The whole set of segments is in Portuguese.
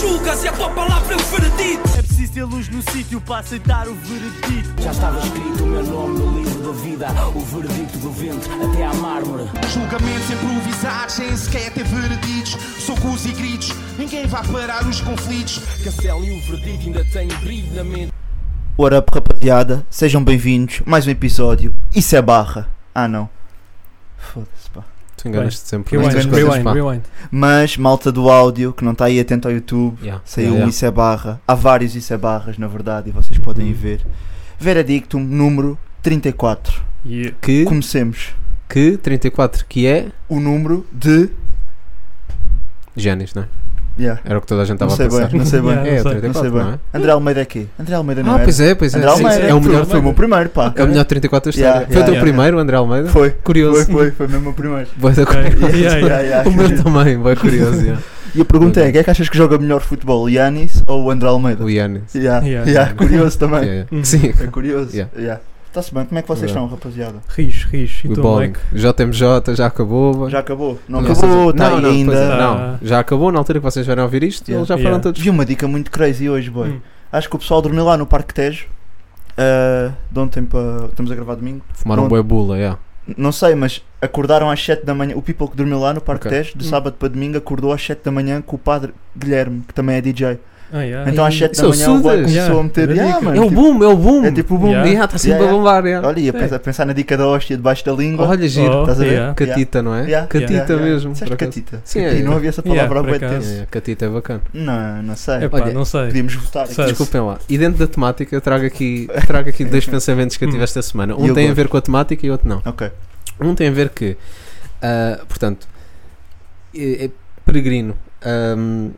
julgas e a tua palavra é o veredito. É preciso ter luz no sítio para aceitar o veredito. Já estava escrito o meu nome no livro da vida, o veredito do vento até à mármore. Julgamentos improvisados, sem sequer ter vereditos. Socos e gritos, ninguém vai parar os conflitos. Castelo e o veredito ainda têm brilho na mente. Ora, rapaziada, sejam bem-vindos. Mais um episódio. Isso é barra. Ah, não. Foda-se, pá. Tu enganaste sempre Rewind, nestas rewind, coisas, pá. Mas, malta do áudio, que não está aí atento ao YouTube, Yeah. saiu Yeah. um Isso é barra. Há vários Isso é barras, na verdade, e vocês Uhum. podem ir ver. Veredictum número 34. Que, Comecemos. que 34, que é O número de. Génis, não é? Yeah. Era o que toda a gente Não estava a sei pensar. bem, não sei bem. Yeah, É, o não sei, 34, Não sei não, bem. é? André Almeida é aqui. André Almeida não Ah, era. pois é, pois é. André Sim, Almeida. sim, é o melhor Foi o meu filme. primeiro, pá. É o melhor 34 da história. Yeah, foi o teu yeah, primeiro, André Almeida? Foi. Curioso. Foi, foi, foi mesmo o primeiro. Boa da Ok. curioso. Yeah, yeah. Yeah, yeah. O meu Uhum. também, boa curioso. yeah. E a pergunta é: quem é que achas que joga melhor futebol, Yanis ou o André Almeida? O Yannis. Yeah. Yeah. yeah, Curioso também. Yeah, Uhum. yeah. Sim. É curioso. Yeah. Yeah. Está-se bem, como é que vocês Verdade. estão, rapaziada? Rios, rios. O Então, bowling. Mike. JMJ já acabou. Já acabou? Não, Não, acabou, ou seja, está não, aí não, pois é, ainda. Ah. Não, já acabou na altura que vocês vieram ouvir isto. Yeah. Eles já Yeah. foram todos. Vi uma dica muito crazy hoje, boy. Hum. Acho que o pessoal dormiu lá no Parque Tejo. ah, de ontem para. Estamos a gravar domingo. Fumaram Não. boa bula, yeah. Não sei, mas acordaram às 7 da manhã. O people que dormiu lá no Parque Ok. Hum. Tejo, de sábado para domingo, acordou às 7 da manhã com o padre Guilherme, que também é DJ. Ah, yeah. então às 7 da são manhã o boy sudas. começou Yeah. a meter. Era Yeah, dica. mano, É o tipo, boom, é o boom. É tipo o boom. Yeah. Yeah, está sempre Yeah, a yeah. bombar. yeah. Olha, e a É. pensar, pensar na dica da hóstia debaixo da língua. Olha, giro. Oh, estás a ver? yeah. Catita, não é? Yeah. Catita Yeah, yeah. mesmo. Disseste por acaso. catita. Sim, Catita, é, não havia essa yeah, palavra há por bué tempo. acaso. É, Catita é bacana. Não, não sei. Epá, Olha, não sei. Podíamos votar aqui. Sei. Desculpem lá. E dentro da temática, eu trago aqui, trago aqui dois pensamentos que eu tive esta semana. Hum. E Um eu tem a gosto. ver com a temática e outro não. Ok. Um tem a ver que, ah, portanto, é, é peregrino. ahm,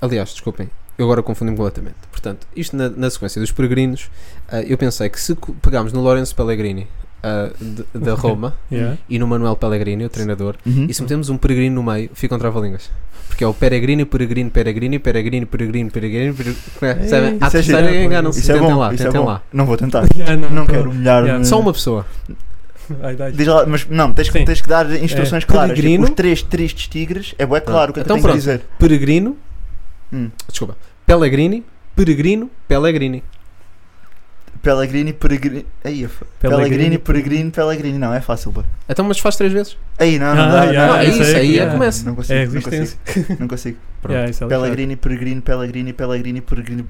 aliás, desculpem, eu agora confundi-me completamente. Portanto, isto na, na sequência dos peregrinos, ah, eu pensei que se co- pegámos no Lorenzo Pellegrini ah, de- da Roma Hum. Yeah. e no Manuel Pellegrini, o treinador. Uhum. E se metemos um peregrino no meio, ficam trava-línguas. Porque é o peregrino, peregrino, peregrino, peregrino, peregrino, peregrino, peregrino. Sabem? À Isso é Ah, terceira giro. enganam-se. Isso é Tentem bom. lá, isso é tentem bom. Hum. lá. Não vou tentar. Yeah, Não tô- quero humilhar. Yeah. me Só uma pessoa. Ai, dai. Diz lá, mas não, tens que, Sim. tens que dar instruções É. claras. Peregrino. Tipo, os três tristes tigres, é bué claro o que eu Então tenho pronto. que dizer. Peregrino. Hum. Desculpa. Pellegrini, peregrino, Pellegrini. Pellegrini, Peregrini. Aí, eu fa- Pellegrini, Pellegrini, Peregrini, Pellegrini. Não, é fácil, bué. Então, mas faz três vezes. Aí, não, não Ah, dá. yeah, não, Ah, isso é- aí é yeah. não, começa. Não É consigo, a não consigo. resistência. Não consigo. Yeah, isso é lixado. Pellegrini, Peregrino, Pellegrini, Pellegrini, Peregrino.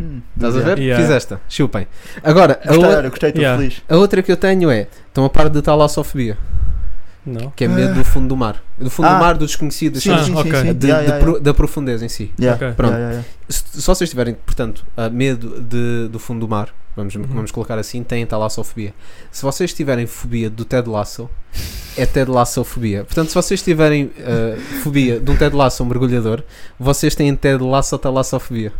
Hum, Estás a yeah. ver? Yeah. Fiz esta. Chupem. Agora, a, Gostei, o- olha, gostei, estou Yeah. feliz. a outra que eu tenho é. Estão a par de talassofobia, Não. que é medo do fundo do mar. Do fundo Ah. do mar, do desconhecido, das Sim, coisas- sim, de- ok. sim. de- Yeah, de yeah, pro- yeah. da profundeza em si. Yeah. Ok. Yeah, Pronto. yeah, yeah. Se, só se vocês tiverem, portanto, ah, medo de- do fundo do mar, vamos, Uhum. vamos colocar assim, têm talassofobia. Se vocês tiverem fobia do Ted Lasso, é Ted Lassofobia. Portanto, se vocês tiverem ah, fobia de um Ted Lasso mergulhador, vocês têm Ted Lasso talassofobia.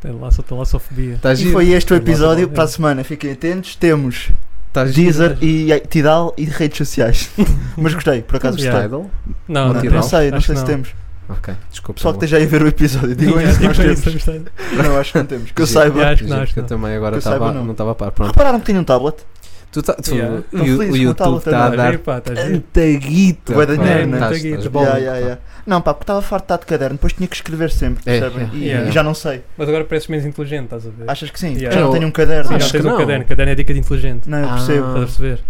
Tem laço, tem laçofobia. Está E giro? foi este Tem o lá episódio também. para a semana. Fiquem atentos. Temos Está Tá giro? Deezer e Tidal e redes sociais. Mas gostei, por acaso Yeah. gostei. Tidal? Não, Ou não, Não, Tidal? tem. sei, não Acho sei que se não. temos. Ok, desculpa. Pessoal que esteja aí a ver o episódio, digam Yeah, isso que nós tipo temos. isso, gostei. Não, acho que não temos. Que eu saiba. Yeah, acho que não, acho que eu não. também agora Que eu saiba, estava- não. não estava a par. Pronto. Repararam que tinha um tablet? Tu tá- tu- Yeah. o, Tô feliz o com o YouTube tablet está Tá a agora. dar tá Epá, é estás a ver? tanta guita. Bué de pá. dinheiro, né? Estás- Muita guita. estás bom, Yeah, yeah, pá. yeah. Não, pá, porque estava farto de estar de caderno, depois tinha que escrever sempre, É, percebem? é. E, Yeah. e já não sei. Mas agora pareces menos inteligente, estás a ver? Achas que sim? Yeah. Já não Eu- tenho um caderno. Sim, acho já tens que um não. caderno. Caderno é dica de inteligente. Não, eu Ah. percebo. Estás a perceber?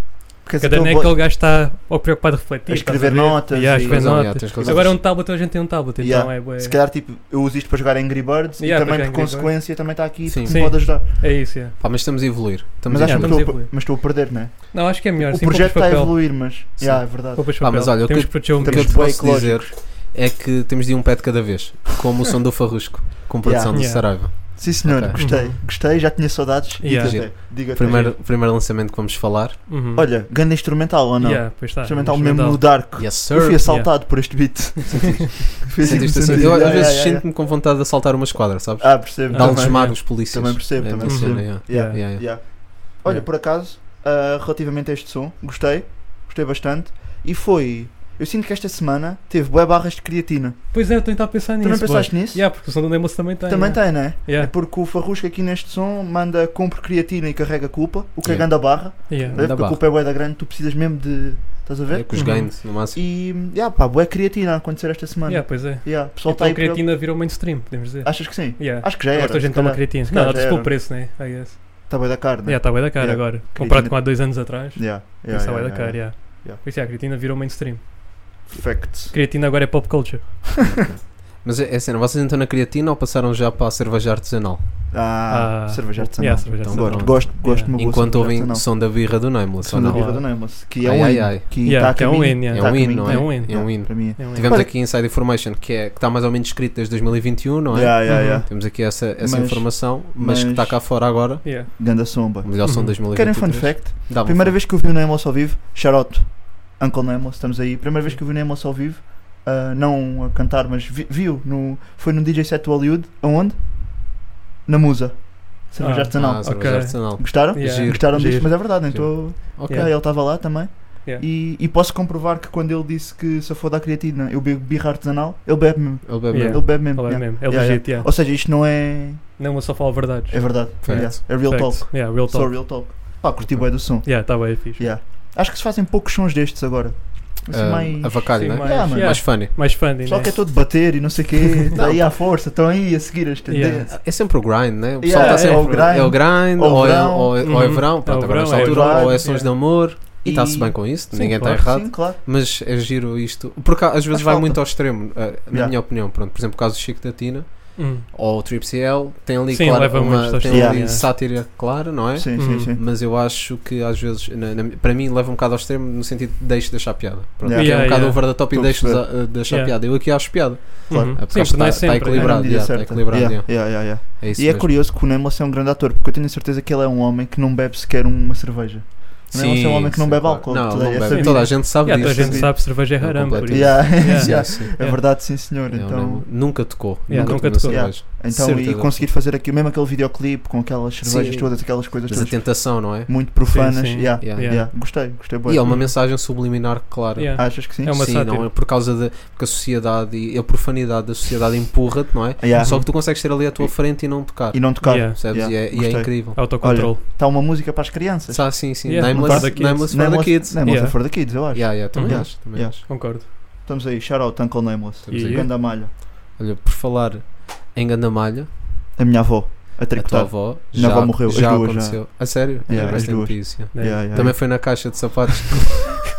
Porque assim, Caderno é estou aquele gajo que está ou preocupado a refletir. a estás escrever ver? notas Yeah, e- escrever Razão, yeah, notas. tens razão. Agora um tablet, a gente tem um tablet, então Yeah. é bué- Se calhar, tipo, eu uso isto para jogar Angry Yeah, Birds e para também, jogar por Angry Birds. consequência, também está aqui Sim. porque Sim. me pode ajudar. É isso, yeah. Pá, mas estamos a evoluir. Mas Estamos a acho que estamos evoluir. a estou a- evoluir. mas estou a perder, não é? Não, acho que é melhor. O assim, projeto está poupas a papel. evoluir, mas. Sim. Yeah, é verdade. Poupas Pá, tá Ah, mas papel. olha, o Temos que- que proteger um o O que eu mundo. Temos te bué posso dizer ecológicos. é que temos de ir um pé de cada vez, como o som do Farrusco, com produção Yeah. do Yeah. Saraiva. Sim, senhor, Ok. Uhum. gostei. Gostei, já tinha saudades. Yeah. Diga-te. Diga-te. Primeiro, primeiro lançamento que vamos falar. Uhum. Olha, grande instrumental ou não? Yeah, pois tá, é está. tá instrumental mesmo no Dark. Yes, Eu fui sir. assaltado por este beat. Fui assim que me Sentiste assim? senti. Eu Yeah, às vezes yeah, yeah. sinto-me com vontade de assaltar uma esquadra, sabes? Ah, percebo. Dá-lhes também. mar os polícias. Também percebo, É também uma percebo. cena, yeah. Yeah, Yeah, yeah. yeah. Olha, Yeah. por acaso, ah, relativamente a este som, gostei. Gostei bastante. E foi. Eu sinto que esta semana teve bué barras de creatina. Pois é, eu estou a pensar nisso. Tu não bué. pensaste nisso? Yeah, porque o som do Nemo também tem. Também yeah. tem, não é? É Yeah, porque o Farrusco aqui neste som manda compre creatina e carrega a culpa, o que é Yeah. ganda barra, yeah. porque Ganda a barra. culpa é bué da grande, tu precisas mesmo de Estás a É ver? com os Uhum. gains, no máximo. E, yeah, pá, boa creatina a acontecer esta semana. Yeah, pois é. Yeah, pessoal está Então a aí. creatina virou mainstream, podemos dizer. Para... Achas que sim? Yeah. Acho que já era. Agora toda a gente se calhar. toma creatina. se Não, calhar ela já desculpa era. o preço, né? I guess. Está bem da carne. Yeah, está bem da cara Yeah. agora. Creatina. Comparado com há dois anos atrás. Yeah, yeah, Está bem yeah, da cara, yeah. yeah. Yeah. Por isso, yeah, a creatina virou mainstream. Facts. Creatina agora é pop culture. Mas é, é cena, vocês entram na creatina ou passaram já para a cerveja artesanal? Ah, Ah, cerveja artesanal. Yeah, cerveja Então, artesanal. Gosto, gosto, gosto de uma boa Enquanto cerveja ouvem artesanal. o som da birra do Nameless, ou Som da não? birra do Nameless, que é Ai, um ai, hino, ai. que Yeah, está a que é um caminho, hino, É tá um a caminho, hino, não é? É um hino. É um hino. Para mim é. É um Tivemos Olha- aqui Inside Information, que, é, que está mais ou menos escrito desde 2021, não é? Yeah, yeah, Uhum. yeah. Temos aqui essa, essa Mas- informação, mas, que mas- está cá fora agora. Yeah. Ganda somba. O melhor som de Uhum. 2023. Querem fun fact? Dá um Primeira fun. vez que eu vi o Nemos ao vivo, shout out, Uncle Nemos, estamos aí. Primeira vez que eu vi o Nemos ao vivo, ah, não a cantar, mas vi- viu, no, foi no DJ set do Hollywood, aonde? Na Musa, cerveja Ah, artesanal. Ah, cerveja Ok. artesanal. Gostaram? Yeah. Giro. Gostaram disto? Giro. Mas é verdade, nem Giro. estou. Ok. Yeah, ele estava lá também. Yeah. E, e posso comprovar que quando ele disse que se eu for da creatina, eu bebo birra artesanal, ele bebe mesmo. Ele bebe Yeah. mesmo. Ele bebe mesmo. Ela é yeah. mesmo. É Yeah, legit, yeah. Ou seja, isto não é. Não, eu só falo verdades. É verdade. Yeah. Facts. É real Facts. talk. Yeah, real Só talk. real talk. Pá, curti bem do som. Yeah, está bem, é fixe. Yeah. Acho que se fazem poucos sons destes agora. Assim, Ah, mais. Avacalho, Sim, né? mais, Yeah, mano. yeah, Mais funny. mais funding, Só né? que é todo bater e não sei o quê. Está aí à força, estão aí a seguir as Yeah. tendências. É sempre o grind, né? O pessoal Yeah, está é sempre. o grind, é o grind, ou ou, é, verão. ou, é- ou é Uhum. verão, É o pronto, agora nesta verão, é altura, verão, ou é sons yeah. de amor, e E- está-se bem com isso, Sim, ninguém está claro, errado. Sim, claro. Mas é giro isto, porque às vezes Mas vai falta. muito ao extremo, eh, na Yeah. minha opinião, pronto, por exemplo, o caso do Chico da Tina, Hum. ou o Trip CL, tem ali, Sim, claro, leva muito uma, aos tem extremos, ali yeah. sátira clara, não é? Sim, sim, Uhum. sim. Mas eu acho que às vezes, na- na- para mim, leva um bocado ao extremo no sentido de deixo de achar piada. Pronto, Yeah. que é um Yeah, bocado yeah. over the top e Estou a deixo de, perceber. de achar Yeah. piada. Eu aqui acho piada. Claro. Uhum. É porque Sim, porque está, não é está sempre. É na equilibrado. medida yeah, está certa. equilibrado Yeah, yeah. yeah, yeah, yeah. É isso E é mesmo. curioso que o Nemos é um grande ator, porque eu tenho a certeza que ele é um homem que não bebe sequer uma cerveja. O Nemos é um homem que não sim, bebe claro. álcool, Não, toda- não é bebe. sabido. Toda a gente sabe Yeah, toda a disso. gente sabe que cerveja é Não, haram, por completo. isso. Yeah, Yeah. yeah. Sim, sim. É verdade, sim senhor. Eu Então, não- nunca tocou. Yeah, nunca nunca tocou. tocou. na Yeah. cerveja. então e Certeza. conseguir fazer aqui, mesmo aquele videoclipe com aquelas cervejas Sim. todas, aquelas coisas Mas a todas tentação, não é? muito profanas. Sim, sim. Yeah, Yeah. Yeah. yeah. Gostei, gostei bué. E é uma mensagem subliminar clara. Yeah. Achas que sim? É uma Sim, sátira. não é? Por causa da porque a sociedade e a profanidade da sociedade empurra-te, não é? um Yeah. Só que tu consegues ter ali à tua frente e não tocar. E não tocar. Yeah. Percebes? Yeah. E, é, e é Gostei. incrível. Autocontrole. Está Tá uma música para as crianças. Ah, sim, sim. Yeah. Nameless, For the kids. nameless for the kids. Nameless Yeah. for the Kids, eu acho. Yeah, yeah, também Uhum. acho. Também Yeah. acho. Concordo. Estamos aí, shout out Uncle Nameless. Estamos E- aí. Yeah. Ganda malha. Olha, por falar em Gandamalha, A minha avó, a a tua tricotar. avó Minha já, avó morreu, as já duas, já. aconteceu. A sério? Yeah, Rest as in duas. peace, É. yeah. Yeah, yeah. Também foi na caixa de sapatos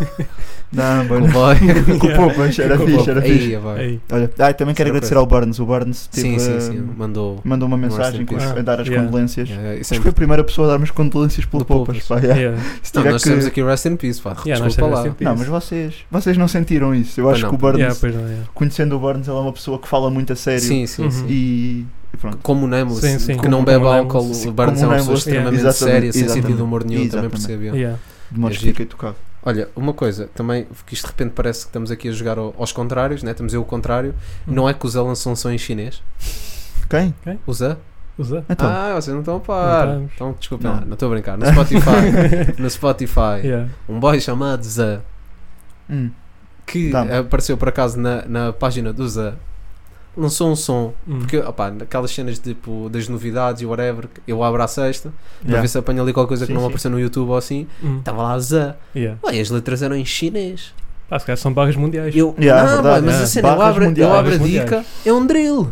Não, com bem, o boy. com poupas, era Com fixe, era fixe. Aí, vai. Aí. Olha, ah, e também quero Surpresa. agradecer ao Burns. O Burns Sim, teve, sim, ah, sim. Mandou. mandou uma Rest in mensagem com- peace. a dar as Ah, yeah. condolências. Yeah, yeah, e Acho que sempre- foi a primeira pessoa a darmos condolências pelo Pelo Poupas. Poupas. pá, yeah. Yeah. Se Não, tiver nós que- temos aqui Rest in Peace, pá. Yeah, nós Desculpa temos lá. sempre Não, isso. mas vocês, vocês não sentiram isso. Eu Ah, acho não. que o Burns, Yeah, pois não, yeah. conhecendo o Burns, ele é uma pessoa que fala muito a sério. Sim, sim, Uhum. sim. E, e pronto. Como o Nameless, Sim, sim. que Como- não como bebe o álcool, Nameless. o Barnes é Como uma o pessoa Nameless, extremamente yeah. séria, sem Exatamente, sentido de humor nenhum, exatamente. também percebo. yeah. Yeah. De modo É que giro. fiquei tocado. Olha, uma coisa, também, que isto de repente parece que estamos aqui a jogar ao- aos contrários, né? estamos eu o contrário, não é que o Zé lançou um som em chinês? Quem? O Zé? Usa. Então, Ah, vocês não estão a par. Não estamos. Então, desculpem, Não. lá, não estou a brincar. No Spotify, no Spotify Yeah. um boy chamado Zé, hum, que Dá-me. apareceu por acaso na, na página do Zé, lançou um som, Hum. porque, opá, naquelas cenas tipo das novidades e whatever, eu abro à sexta, para yeah. ver se apanho ali qualquer coisa que Sim, não sim. apareceu no YouTube ou assim, Hum. estava lá Zé. Yeah. Ué, as letras eram em chinês. Ah, se calhar são barras mundiais. Eu, Yeah, não, é pá, verdade, mas é. a cena, eu Barras abro, eu mundiais. abro a Barras dica, mundiais. é um drill.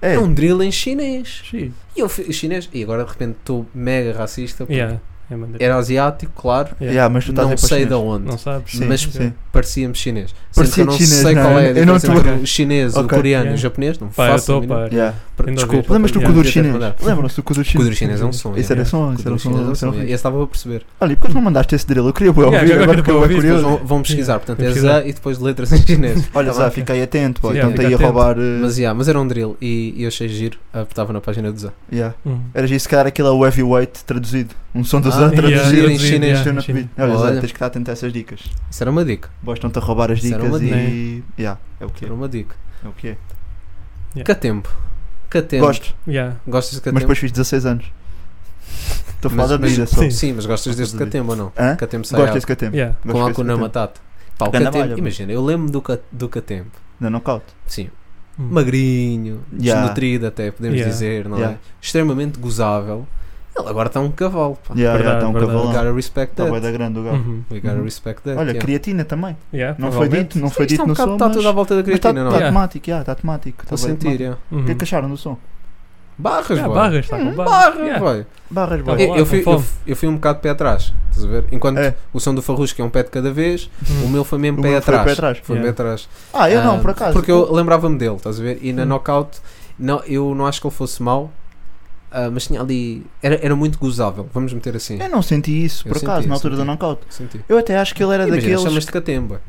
É. É, um drill em chinês. Xiii. E eu fui chinês, e agora de repente estou mega racista. porque Yeah. É mandarim. Era asiático, claro. Yeah. yeah, mas tu estás não aí para sei de chinês. onde. Não sabes? Sim, mas- sim. Parecia-me chinês. Sendo que Parecia eu não chinês, sei não é? qual é a Eu não diferença tô- entre o chinês, o Ok. coreano e o Yeah. japonês. Não Pá, eu faço. a estou a mínima- par. Yeah. Per- Ainda Desculpa. ouvi. Lembras-te do Yeah. Kudur Podia ter chinês? mandado. Lembram-se do Kudur O chinês? Kudur chinês é um som. Esse yeah. era som, esse Kudur era chinês é um som. som. yeah. Esse estava a perceber. Olha, e porquê que não mandaste esse drill? Eu queria bué Yeah, ouvir, agora agora que fiquei eu bué ouvi, depois curioso. Vão, vão pesquisar, portanto, é Vamos Zé pesquisar. e depois letras em chinês. Olha, Tá Zé, bem. fica aí atento, pô. Yeah, Estamos fica aí a atento. roubar. eh, Mas, yeah, mas era um drill e, e eu achei giro, ah, porque estava na página do Zé. yeah. Hum. Era isso, se calhar aquilo é o heavyweight traduzido. Um som do Ah, Zé yeah, traduzido. em chinês. Isto eu não em chinês. pedi. Olha, Olha. Zé, tens que estar atento a essas dicas. Isso era uma dica. Boas estão-te a roubar as Isso era dicas uma e. Yeah, é o que é. Era uma dica. É o que é. Yeah. Catempo. Catempo. Gosto, Yeah. Gostas de mas Catempo? depois fiz 16 anos. Estou a Mas- falar da mas- vida só. Sim. Sim, mas gostas deste Catempo ou não? Hã? Catempo sai Gosto desse que eu tenho. Yeah. com Gosto a desse que eu Hakuna tenho. Matata. Pá, o assim Ganda Catempo- malha, imagina, eu lembro do, ca, do Catempo. Da knockout. Sim. Hum. Magrinho, Yeah. desnutrido até, podemos Yeah. dizer, não Yeah. é? Extremamente gozável. Ele agora está um cavalo. Pá. Yeah, yeah, Verdade, tá um verdade. We cavalão. gotta respect Está that. bué da grande o gajo. Uhum. We gotta Uhum. respect that. Olha, yeah. creatina também. Yeah, Não foi provavelmente. dito, não foi é. Isto dito é um no bocado som, está tudo à mas volta da está creatina, não é? Yeah. temático, yeah, está temático. tá Estou a bué de sentir, temático. yeah. Uhum. O que é que acharam do som? Barras, Yeah, boy. barras, está com barras. Barras, Yeah. boy. Hum, Barras, Tá boy. bom. Eu, eu fui, com eu, fome. eu fui um bocado de pé atrás, estás a ver? Enquanto É. o som do farrusco é um pé de cada vez, Uhum. o meu foi mesmo O pé meu foi atrás. pé atrás. Foi um Yeah. pé atrás. Ah, eu não, Ah, por acaso. Porque eu lembrava-me dele, estás a ver? E na Hum. knockout, não, eu não acho que ele fosse mau, ah, mas tinha ali. Era, era muito gozável, vamos meter assim. Eu não senti isso, Eu por acaso, senti, na altura senti. do knockout. Senti. Eu até acho que ele era Imagina, É daqueles. chamas-te catemba.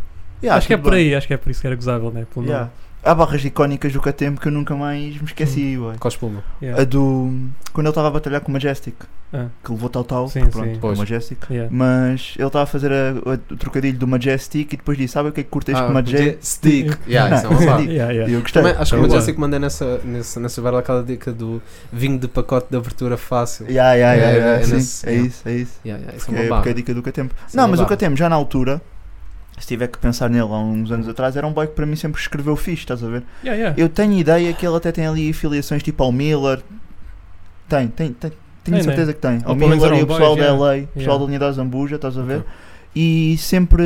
Yeah, Acho que é tudo por bem. aí, acho que é por isso que era gozável, né? Pelo Yeah. Há barras icónicas do Catempo que eu nunca mais me esqueci, bué. Com a espuma. nome. Yeah. A do. Quando ele estava a batalhar com o Majestic, Ah. que levou tal tal, Sim, porque sim. pronto, Pois. o Majestic. Yeah. Mas ele estava a fazer a- a- o trocadilho do Majestic e depois disse: Sabe o que é que curteste com o Majestic? Stick. Yeah, isso é Não, Tá, uma barra. Stick. Yeah, yeah. E eu gostei. Ah, Também, acho que o Então, Majestic manda nessa, nessa, nessa barra aquela dica do vinho de pacote de abertura fácil. Yeah, yeah, yeah, É, yeah, é sim, nesse- é yeah. isso, é isso. Yeah, yeah, isso é Porque é, porque uma é a barra. dica do Catempo. Isso é Não, uma mas o barra. Catempo já na altura, se tiver que pensar nele há uns anos atrás, era um boy que para mim sempre escreveu fixe, estás a ver? Yeah, yeah. Eu tenho ideia que ele até tem ali filiações tipo ao Miller. Tem, tem, tem. Tenho Tem, né? certeza que tem. Ao pelo menos Miller eram e o pessoal boys, da yeah. LA, o pessoal Yeah. da linha da Zambuja, estás a ver? E sempre.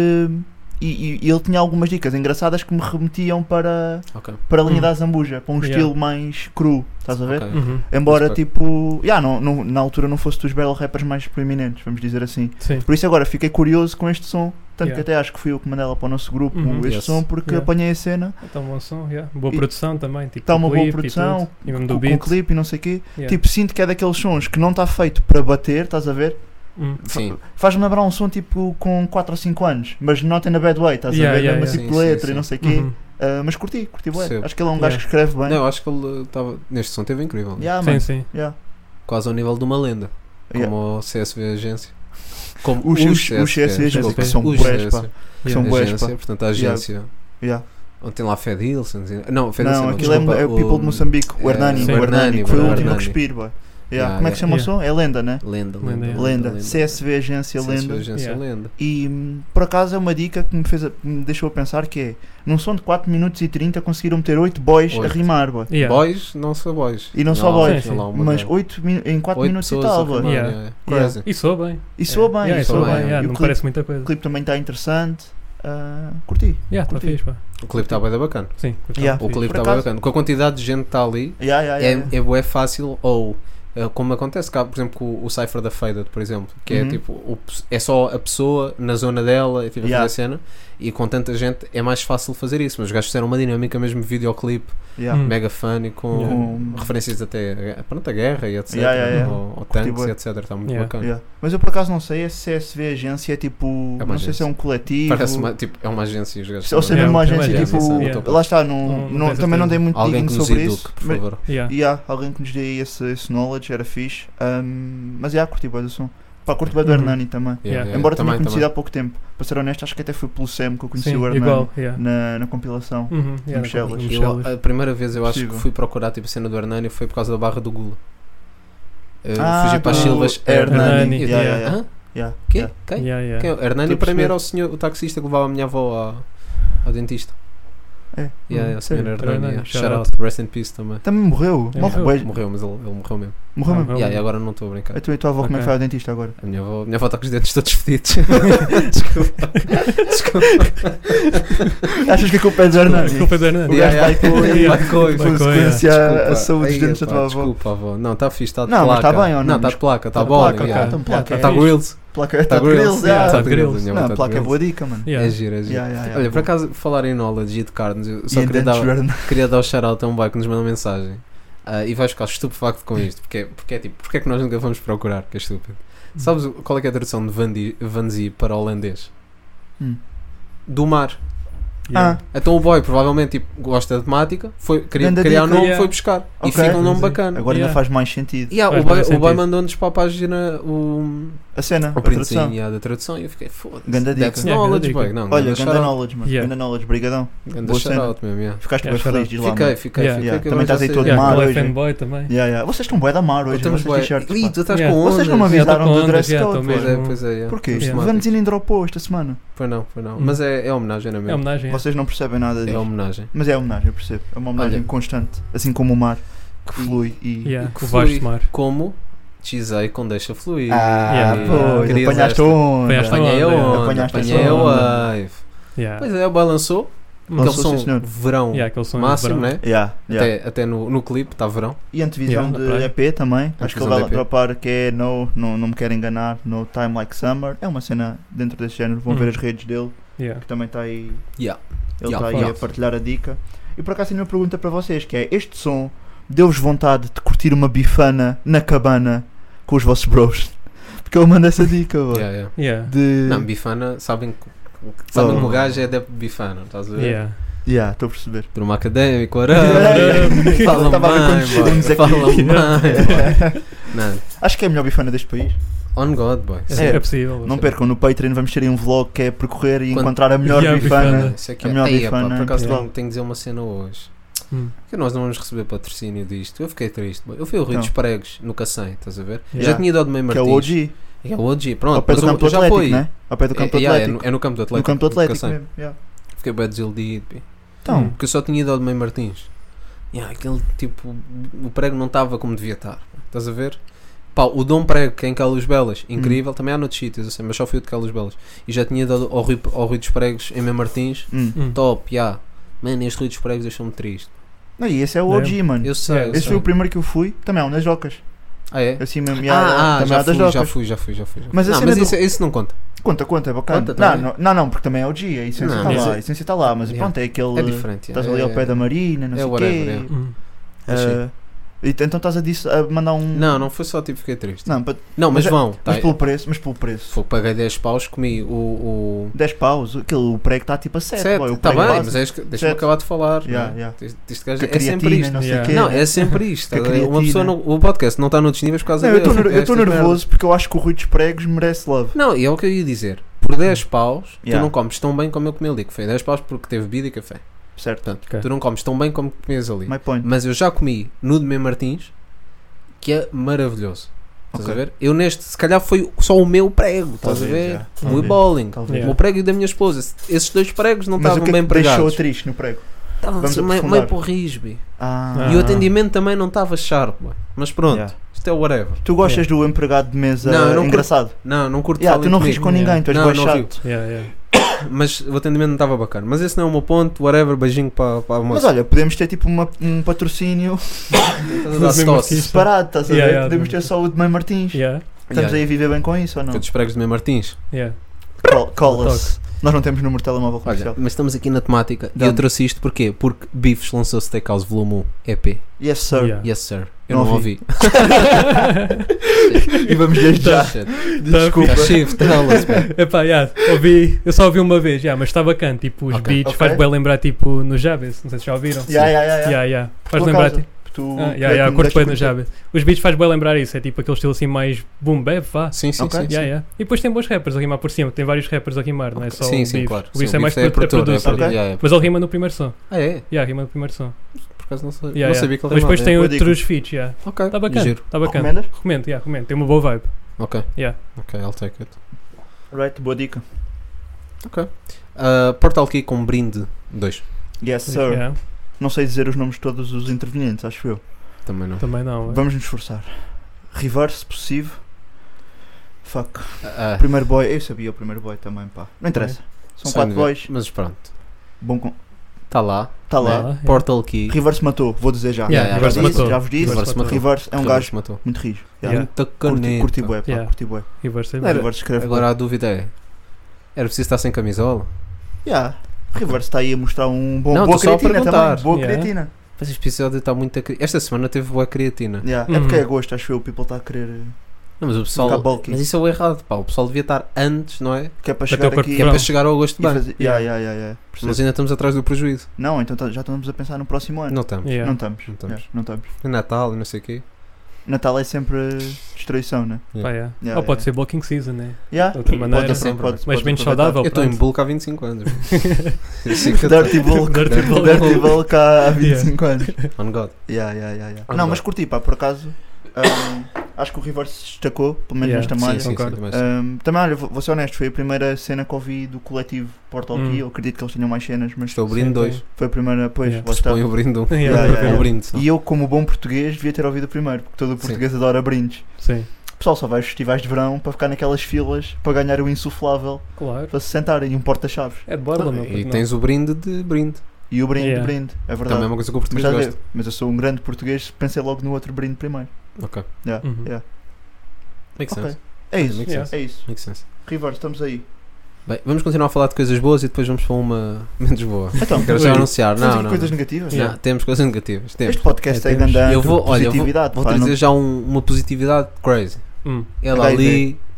E, e- e ele tinha algumas dicas engraçadas que me remetiam para, Ok. para a linha Hum. da Zambuja, para um Yeah. estilo mais cru, estás a ver? Ok. Uhum. Embora, Respect. tipo, yeah, não, não- na altura não fosse dos battle rappers mais proeminentes, vamos dizer assim. Sim. Por isso agora fiquei curioso com este som, tanto que Yeah. até acho que fui eu que mandei ela para o nosso grupo Uhum. este Yes. som, porque Yeah. apanhei a cena, Então, bom som, yeah. Boa E- produção também. Tipo, está Tá uma boa clipe e produção, tudo. E mesmo com, do com o beat. clipe e não sei o quê. Yeah. Tipo, sinto que é daqueles sons que não está feito para bater, estás a ver? Hum. Fa- Sim. Faz-me lembrar um som tipo com 4 ou 5 anos, mas not in a bad way, estás Yeah, a ver? yeah, Mesmo yeah. tipo Sim, sim, letra sim. e não sei o quê. Uhum. Ah, mas curti, curti bué. Percebo. Acho que ele é um gajo Yeah. que escreve bem. Não, eu acho que ele estava. Neste som teve incrível. né? Yeah, Sim, mano. sim. Yeah. Quase ao nível de uma lenda. Yeah. Como o CSV Agência. Como Os- os- os CSV Agência, desculpa, que são os bués, pá. CSV. Que são Yeah. bués, agência, pá. portanto, a agência. Yeah. Onde tem lá Fed Hilson. Não, Fed Hilson. Não, aquilo é- é, o People de Moçambique, o assim, é, Hernani, sim. o Hernani, Hernani, que foi o o último que Hernani. respiro, bué. Yeah, Yeah, Como é que se yeah. chama o Yeah. som? É Lenda, né? Lenda, Lenda, lenda. yeah. Lenda. CSV Agência CSV Lenda. Agência Yeah. Lenda. E hum, por acaso é uma dica que me, fez a- me deixou a pensar que é num som de 4 minutos e 30 conseguiram meter 8 boys a Oito. rimar, bué. Yeah. Boys, não só boys. E não só Lá- boys. tinha lá uma Mas da- 8 em 4 oito minutos e pessoas a tal, bué. filmar, Yeah. yeah. Yeah. Crazy. E soa bem. E soa bem, Yeah, e e soa soa bem. bem. yeah, E o Não clipe- parece muita O coisa. clipe também está interessante. Ah, curti. Yeah, está curti. fixe, pá. O clipe está bem bacana. Sim, curti, Yeah. O curti. clipe Ah, Por está bem acaso- bacana. Com a quantidade de gente que está ali, Yeah, yeah, yeah, yeah. é, é bué fácil ou eh, como acontece cá, por exemplo, com o Cypher da Faded, por exemplo, que Uhum. é tipo, o pe- é só a pessoa na zona dela, é tipo, a fazer Yeah. a cena, e com tanta gente é mais fácil fazer isso, mas os gajos fizeram uma dinâmica mesmo de videoclipe, Yeah. Hum. mega fun e com Yeah. Com- referências até a- pronto, a guerra e etc, Yeah, yeah, yeah. Ou, ou Curti tanques bué. e etc, está muito Yeah. bacana. Yeah. Mas eu por acaso não sei, esse CSV agência é tipo. É uma não sei se é um coletivo. Parece uma, tipo, é uma agência os gajos Ou são- seja, É, mesmo uma é uma agência agência, tipo. sim, yeah. Lá está, não, Não- não não- tenho também não dei muito alguém digno que nos sobre eduque, isso. por mas- favor. Yeah. E há alguém que nos dê esse, esse knowledge, era fixe. Ahm, mas já, curti bem do som. Pá, curti bem do Uhum. Hernani também. É, Yeah. Embora tenha conhecido há pouco tempo. Para ser honesto, acho que até foi pelo Sam que eu conheci Sim, o Hernani igual. yeah. na, na compilação. Uhum, yeah, Michelas. com- com Eu, Michelas. a primeira vez eu acho que Possível. fui procurar tipo, a cena do Hernani foi por causa da barra do Gula. Eu Ah, fugi para as do Silvas Hernani. Hernani. Eu, Yeah, tipo, yeah, "Hã? Yeah, Quê? yeah. Quem? Yeah, yeah. Quem é o Estou Hernani a para mim perceber. era o, senhor, o taxista que levava a minha avó ao, ao dentista. É. Yeah, Hum, é o senhor sério? Hernani. Hernani, yeah. shout Shout out. out, rest in peace também. Também morreu. É, Morre morreu. bué. Morreu, mas ele, ele morreu mesmo. Morreu Ah, mesmo. Ele Yeah, e morreu. agora não estou a brincar. A tua e a tua avó como é que Ok. foi ao dentista agora? A minha avó, a minha avó está com os dentes todos fedidos. Desculpa. Achas que a culpa é do Hernani? A culpa é do Hernani. O gajo vai com- Yeah, vai com- Em Vai com- consequência à- Desculpa. à saúde dos Aí, dentes da pá, tua avó. Desculpa, avó. Não, está fixe, está de Não, mas placa. tá bem ou não? Não, está de placa, está Tá bola. placa, yeah. ok, então placa. Está é. grills. Placa Tá tá grills, grills, yeah, yeah. tá Tá grills, grills. minha avó Não, tá a placa é grills. boa dica, mano. Yeah. É gira, é gira. Yeah, yeah, yeah. Olha, por acaso, falar em knowledge e de carnes, eu só e queria dentes do dar, Hernani. queria dar o shout-out a um boy que nos mandou mensagem. Ah, e vais ficar estupefacto com isto, porque é, porque é tipo, porque é que nós nunca vamos procurar, que é estúpido. Sabes o- qual é, que é a tradução de Vandi, Vanzi para holandês? Hum. Do mar. Yeah. Então o boy provavelmente tipo, gosta da temática, foi, queria Ganda criar um dica, nome, yeah. foi buscar. Ok. E fica um nome Vanzi. bacana. Agora ainda Yeah. faz mais sentido. Yeah, Faz o boy, mais o boy sentido. mandou-nos para a página o, A cena, a o tradução. printzinho yeah, da tradução e eu fiquei foda-se. Ganda dica. That's Yeah, ganda knowledge, dica. boy. Não, Olha, ganda ganda shout-out. knowledge, mano. Yeah. Ganda knowledge, brigadão. Ganda Boa cena. shout-out mesmo, yeah. Ficaste Yeah, bem shout feliz, diz lá. Fiquei, mano. fiquei, Yeah. fiquei. Yeah, que também eu estás já aí sei. todo Yeah, mal ele é hoje. fanboy também. Yeah, yeah. Vocês estão bué da mar hoje, Estamos vocês bué- t-shirts. Ih, pá. tu estás Yeah. com Vocês não me ondas. Yeah, avisaram tô com do dress ondas, yeah, code, tô Pois pô. é, Mesmo. pois é. yeah. Porquê? Yeah. O Vanzina dropou esta semana. Pois não, pois não. Hum. Mas é, é homenagem, não é É mesmo? homenagem. Vocês não percebem nada É disso. homenagem. Mas é homenagem, eu percebo. É uma homenagem Olha. constante, assim como o mar que E- flui e Yeah, que O Vasco flui. Mar. Como Xei com deixa fluir. Ah, Yeah. pois, Querias apanhaste esta. a onda. Apanhaste Apanhei a Apanhaste a onda, apanhaste a apanhei a onda. wave. Yeah. Pois é, o balançou. Aquele Lançou, som sim, senhor. verão Yeah, aquele som máximo, de verão. né? Yeah, yeah. Até, até no, no clipe está verão. E antevisão Yeah, na praia. de EP também. Acho que Antevisão ele vai de EP. dropar que é no, no, Não Me Quero Enganar, No Time Like Summer. É uma cena dentro desse género. Vão Hum. ver as redes dele, Yeah. que também está aí. Yeah. Ele Yeah, está aí yeah. a partilhar a dica. E por acaso tenho uma pergunta para vocês: que é este som deu-vos vontade de curtir uma bifana na cabana com os vossos bros? Porque eu mando essa dica, boy. Yeah, yeah. Yeah. De. Não, bifana, sabem que. Sabem Oh. que o gajo é adepto de bifana, estás a ver? Yeah. Yeah, estou a perceber. Turma académico, arame, Yeah. fala Tava a ver bem, quantos filmes boy, aqui. fala bem, É, boy. Não, Acho que é a melhor bifana deste país. on God, boy. É, é possível. Não percam, no Patreon vamos ter aí um vlog que é percorrer e Quando- encontrar a melhor Yeah, bifana. bifana. Isso é que A é. melhor Ei, epá, bifana por acaso em tenho, Portugal. tenho de dizer uma cena hoje. Hum. Que nós não vamos receber patrocínio disto. Eu fiquei triste. boy. Eu fui ao Rio Então. dos Pregos, no Cacém, estás a ver? Eu Yeah. Já tinha ido ao de meio Que é Martins. o OG. É o OG, Ao pronto. pé do mas eu- campo eu já Atlético, fui. né? Ao pé do É- campo é, yeah, é Atlético. no- é no campo do No Atlético. campo do Atlético né? Cacém. mesmo. é. yeah. Fiquei bem desiludido. pá. Então, Porque eu só tinha ido ao de meio Martins. Yeah, aquele tipo, o prego não estava como devia estar. Estás a ver? Pá, o Dom Prego, que é em Calos Belas, Hum. incrível. Também há noutros sítios, assim, mas só fui ao de Calos Belas. E já tinha ido ao, ao, Rio, ao Rio dos Pregos, em Mem Martins. hum. Hum. Top, yeah. Mano, este Rio dos Pregos deixou-me triste. Não, e esse é o OG, mano. Eu sei, Yeah, eu esse Esse sei. foi o primeiro que eu fui. Também é um das Jocas. Ah, é? Assim mesmo, Ah, yeah, ah, também é já, o das fui, já Jocas. fui, já fui, já fui. já fui. Mas a não, cena mas do- isso, é- isso não conta. Conta, conta, é bacana. Conta Não, também. não, não, não, porque também é OG, a essência Não, está mas lá, é- a essência está lá, mas Yeah. pronto, é aquele. É diferente. Estás é, ali ao é- pé da Marina, não é sei o whatever, é. quê. Hum. Ah, e t- Então estás a, dis- a mandar um. Não, não foi só tipo, fiquei triste. Não, pa- Não, mas, Mas é- vão. Tá, mas pelo preço, mas pelo preço. Fogo, paguei 10 paus, comi o. o... 10 paus, aquele, o prego está tipo a 7. Certo, boy, o tá prego bem, base. mas é isso que- deixa-me Sete. acabar de falar. Yeah, não é? yeah. Este- Este gajo Que é sempre creatina, isto. não sei o Yeah. quê, Não, né? é sempre isto. Que é, Uma creatina. pessoa no, o podcast não está noutros níveis por causa Não, eu dele, estou estas merdas. nervoso porque eu acho que o Rui dos Pregos merece love. Não, e é o que eu ia dizer. Por 10 paus, Yeah. tu não comes tão bem como eu comi ali. Que foi 10 paus porque teve bebida e café. Certo. Portanto, Ok. tu não comes tão bem como comias ali. My point. Mas eu já comi no de meu Martins, que é maravilhoso. Estás Ok. a ver? Eu neste, se calhar foi só o meu prego, estás Talvez, a ver? já. O meu Talvez. bowling, Talvez. o meu prego e o da minha esposa. Esses dois pregos não Mas o estavam que é bem que te deixou pregados. triste no prego? Estavam Vamos assim meio, aprofundar. meio porris, bi. Ah. E o Ah. atendimento também não estava sharp, bué. mas pronto, Yeah. isto é whatever. Tu gostas do empregado de mesa Não, eu não engraçado? Não, não curto Yeah, falar tu não comigo. rires com Yeah. ninguém, tu és Não, bué não chato. rio. Yeah, yeah. Mas o atendimento não estava bacana. Mas esse não é o meu ponto, whatever, beijinho para, para a Mas moça. olha, podemos ter tipo uma- um patrocínio Estás a dar Mesmo tosse. assim. separado, estás a ver? Yeah, yeah, podemos ter só o de Mãe Martins. Yeah, Estamos Yeah. aí a viver bem com isso ou não? Todos os pregos do meu Martins. yeah. Col- Cola-se. Nós não temos número de telemóvel Olha, comercial. mas estamos aqui na temática e Dá-me. eu trouxe isto porquê? Porque Bifes lançou Steakhouse Volume 1 EP. Yes, sir. Yeah. Yes, sir. Eu Não não, ouvi. E vamos desde já. Desculpa. Tá shift, tell us, man. Epá, yeah, ouvi, eu só ouvi uma vez, yeah, mas está bacana, tipo, os Ok. beats Ok. faz bem lembrar, tipo, no Jabez, não sei se já ouviram. Yeah, yeah, yeah, yeah. Yeah, yeah. Faz Por lembrar, causa, tipo, Tu ah, tu é yeah, yeah, que me curto deste bem no conhecer. Jabez. Os beats faz bem lembrar isso, é tipo aquele estilo assim mais boom bap, vá. Sim, sim, Ok. sim. sim. Yeah, yeah. E depois tem bons rappers a rimar por cima, tem vários rappers a rimar, não é só sim, o sim, Beef. claro. O Sim, Beef é mais Beef produ- é producer. produtor, ok? yeah, yeah. Mas ele rima no primeiro som. Ah, é? Yeah, rima no primeiro som. Por acaso não sei- não Yeah, yeah. sabia que ele Mas depois tem é. outros Ridículo. feats, yeah. Ok, Está bacana, giro. está bacana. Recomendas? Recomendo, yeah, recomendo. Tem uma boa vibe. Ok. Yeah. Ok, I'll take it. Right, boa dica. Ah, Portal Key com brinde 2. Yes, sir. Yeah. Não sei dizer os nomes de todos os intervenientes, acho eu. Também não. Também não. é. Vamos nos esforçar. Rivar, se possível. Fuck. Ah, ah, Primeiro boy, eu sabia o primeiro boy também, pá. Não interessa. São sem quatro dúvida. boys. Mas pronto. Bom, com... Está lá. tá lá. É Tá lá. Portal Key. Reverse matou, vou dizer já. Yeah, yeah, já, Reverse disse, matou. já vos disse. Reverse matou. Reverse é um Reverse gajo matou. muito rijo. Yeah. Yeah. Muita Curti, caneta. curti bué, pá, Yeah. curti bué. E vai ser bom. Reverse escreve Agora a dúvida é: era preciso estar sem camisola? bué. Yeah. Reverse está aí a mostrar um bom, Não, boa tô só a creatina perguntar. também. Boa Yeah. creatina. Mas este episódio está muito. a cri- Esta semana teve boa creatina. Yeah. É porque Uhum. é gosto, acho eu. O people está a querer. Não, mas o pessoal. Ficar bulky. Mas isso é o errado, pá. O pessoal devia estar antes, não é? Que é para Até chegar o aqui Que é Não. para chegar ao agosto e bem. fazer. Yeah, yeah, yeah, yeah. Percebo. Mas ainda estamos atrás do prejuízo. Não, então tá- já estamos a pensar no próximo ano. Não estamos. Yeah. Não estamos. Não estamos. É. Yeah, não estamos. É Natal e não sei o quê. Natal é sempre destruição, né? Pá, yeah. Yeah, Ou pode yeah. ser Blocking Season, né? Yeah? De outra maneira. né? Pode, sempre, pode, Mas pode menos aproveitar. saudável. eu estou em pronto. bulk há 25 anos. Assim que eu tô- Dirty Bulk. Dirty Bulk. Dirty Bulk há 25 anos. On God. Yeah, yeah, yeah, yeah. Ah, Não, não. mas curti, pá, por acaso. ahm, hum, Acho que o River se destacou, pelo menos Yeah, nesta malha. sim, sim, concordo. também sim. Ahm, também, olha, vou, vou ser honesto, foi a primeira cena que ouvi do coletivo Porto Hum. aqui. Eu acredito que eles tinham mais cenas, mas Estou abrindo Sim, é dois. foi a primeira, pois, Yeah. lá está. Põe o brinde um. Yeah, yeah, Põe o yeah. brinde só. E eu, como bom português, devia ter ouvido o primeiro, porque todo o Sim. português adora brindes. Sim, O pessoal só vai aos festivais de verão para ficar naquelas filas para ganhar o insuflável, claro. para se sentarem e um porta-chaves. É de borla, meu. porque E não? tens o brinde de brinde. E o brinde, Yeah. brinde, é Também é verdade. uma coisa que o Mas, português estás a ver? gosta. Mas eu sou um grande português, pensei logo no outro brinde primeiro. Ok. Yeah. Uhum. Yeah. Makes Ok. sense. É isso, Makes é isso. Makes sense. River, estamos aí. Bem, vamos continuar a falar de coisas boas e depois vamos para uma menos boa. Então, Quero já Ui. anunciar. Temos Não, aqui não. coisas não. negativas? Não, Temos coisas negativas. Temos. Este podcast É, é, temos. grande a Eu vou- olha, eu vou- positividade. Vou pá, trazer não- já um- uma positividade crazy. Hum, Ela ali,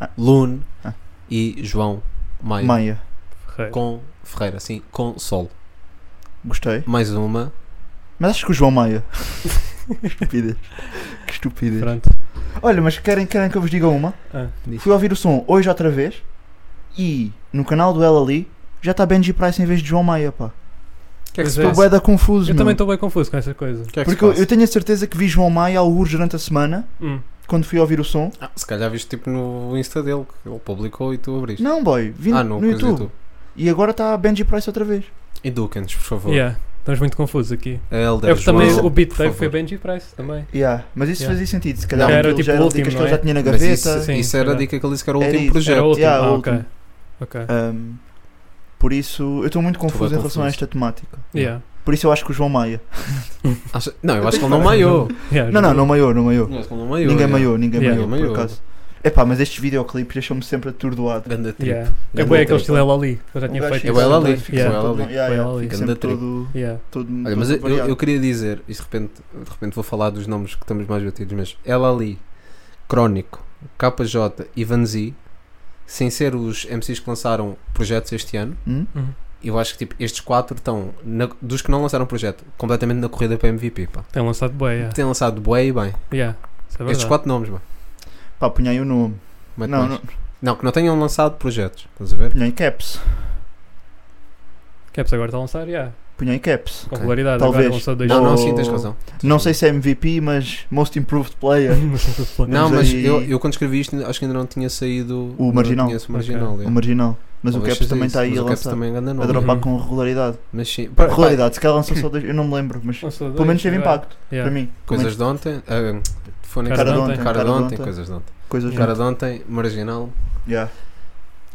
HIV. Ah. Lune Ah. e João Maia. Maia, Ferreira. Com Ferreira, sim, com Sol. gostei. Mais uma. Mas acho que o João Maia. que estupidez. Que estupidez. Pronto. Olha, mas querem, querem que eu vos diga uma? Ah, diz. Fui ouvir o som hoje outra vez e no canal do Ela ali já está Benji Price em vez de João Maia, pá. O que é que Pois se é. Estou passa? bué da confuso, Eu meu. também estou bem confuso com essas coisas. O que é que se Porque eu, passa? eu tenho a certeza que vi João Maia alguns durante a semana, Hum. quando fui ouvir o som. Ah, se calhar viste tipo no Insta dele, que ele publicou e tu abriste. Não, boy, vi ah, no, coisa do YouTube. E agora está Benji Price outra vez. Eduquem-nos, por favor. Yeah, estamos muito confusos aqui. A Elder Eu João, também, um o beat por tag favor. foi Benji Price também. Yeah, mas isso Yeah. fazia sentido, se calhar Não, era aquilo tipo já o era último, dicas que não ele é? já tinha na Mas isso, gaveta. Sim, isso era a era. dica que ele disse que era o Era último isso. projeto. Era o último. Yeah, ah, é o ok. último. Ah. Ok. Ahm, por isso, eu estou muito confuso em relação a confuso. esta temática. Yeah. Por isso eu acho que o João Maia. Acha- Não, eu acho que ele não maiou. Yeah, Não, não, não maiou, não maiou. Eu acho que ele não maiou. é. Ninguém yeah. maiou, ninguém É, Yeah. maiou, Maiou. por acaso. Epá, mas estes videoclipes deixam-me sempre atordoado. Ganda trip. Yeah. É bem aquele estilo ela ali, que eu já Um tinha gajo feito. fica É o Ela Ali, sempre- fica o Fica Ela todo- Ali. yeah, Foi yeah, Ela Ali. fica Ganda sempre trip. todo... Yeah. todo Olha, mas eu, todo eu- variado. eu queria dizer, e de repente, de repente vou falar dos nomes que estamos mais batidos, mas ela ali, Crónico, KJ e Vanzi, sem ser os MCs que lançaram projetos este ano, Hum? eu acho que tipo, estes quatro estão, na- dos que não lançaram projeto, completamente na corrida para MVP. Pá. Tem lançado bem, yeah. Têm lançado bué e bem. Yeah. Isso é estes verdade. quatro nomes, mano. Pá, punha aí o nome. Não, não, não. não, não, que não tenham lançado projetos, estás a ver? punha em caps. Caps é agora está a lançar, yeah. Punha em caps. Com Ok. regularidade, Talvez. agora lançou dois Não, não, Ou- sim, tens razão. Não sei se é MVP, mas Most Improved Player. Não, Temos mas aí- eu, eu quando escrevi isto acho que ainda não tinha saído O Marginal. Não tinha o marginal Ok. é. o marginal. Mas o caps Talvez seja também isso, está aí mas a o Caps lançar. também anda A nome. dropar Uhum. com regularidade. Mas sim. pá, pá, Regularidade, se calhar lançou só dois, eu não me lembro, mas pelo menos teve impacto, para mim. Pelo Coisas de ontem. ah, foi na Cara cara, de de ontem. ontem. Cara de ontem, coisas de ontem. menos coisas Cara de ontem, marginal. Yeah.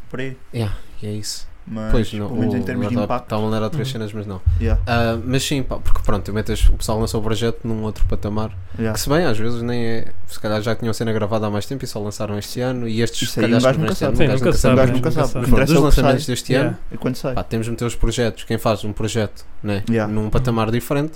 Por aí. E é isso. Mas pois não. Ah, pelo menos em termos de impacto. Estavam a ler outras Uhum. cenas, mas não. Yeah, Ah, mas sim, pá, porque pronto, metes, o pessoal lançou o projeto num outro patamar. yeah. Que se bem, às vezes nem é. Se calhar já tinham cena gravada há mais tempo e só lançaram este ano. E estes, Isso se aí calhar, um gajo descobrem nunca este ano, um sabe. Sim, gajo nunca nunca sabe, Um sabe. gajo nunca nunca sabe. sabe. O que Mas pronto, interessa é Dos o que sai lançamentos deste Yeah. ano, e quando sai. pá, temos de meter os projetos, quem faz um projeto, né? Yeah. num patamar diferente.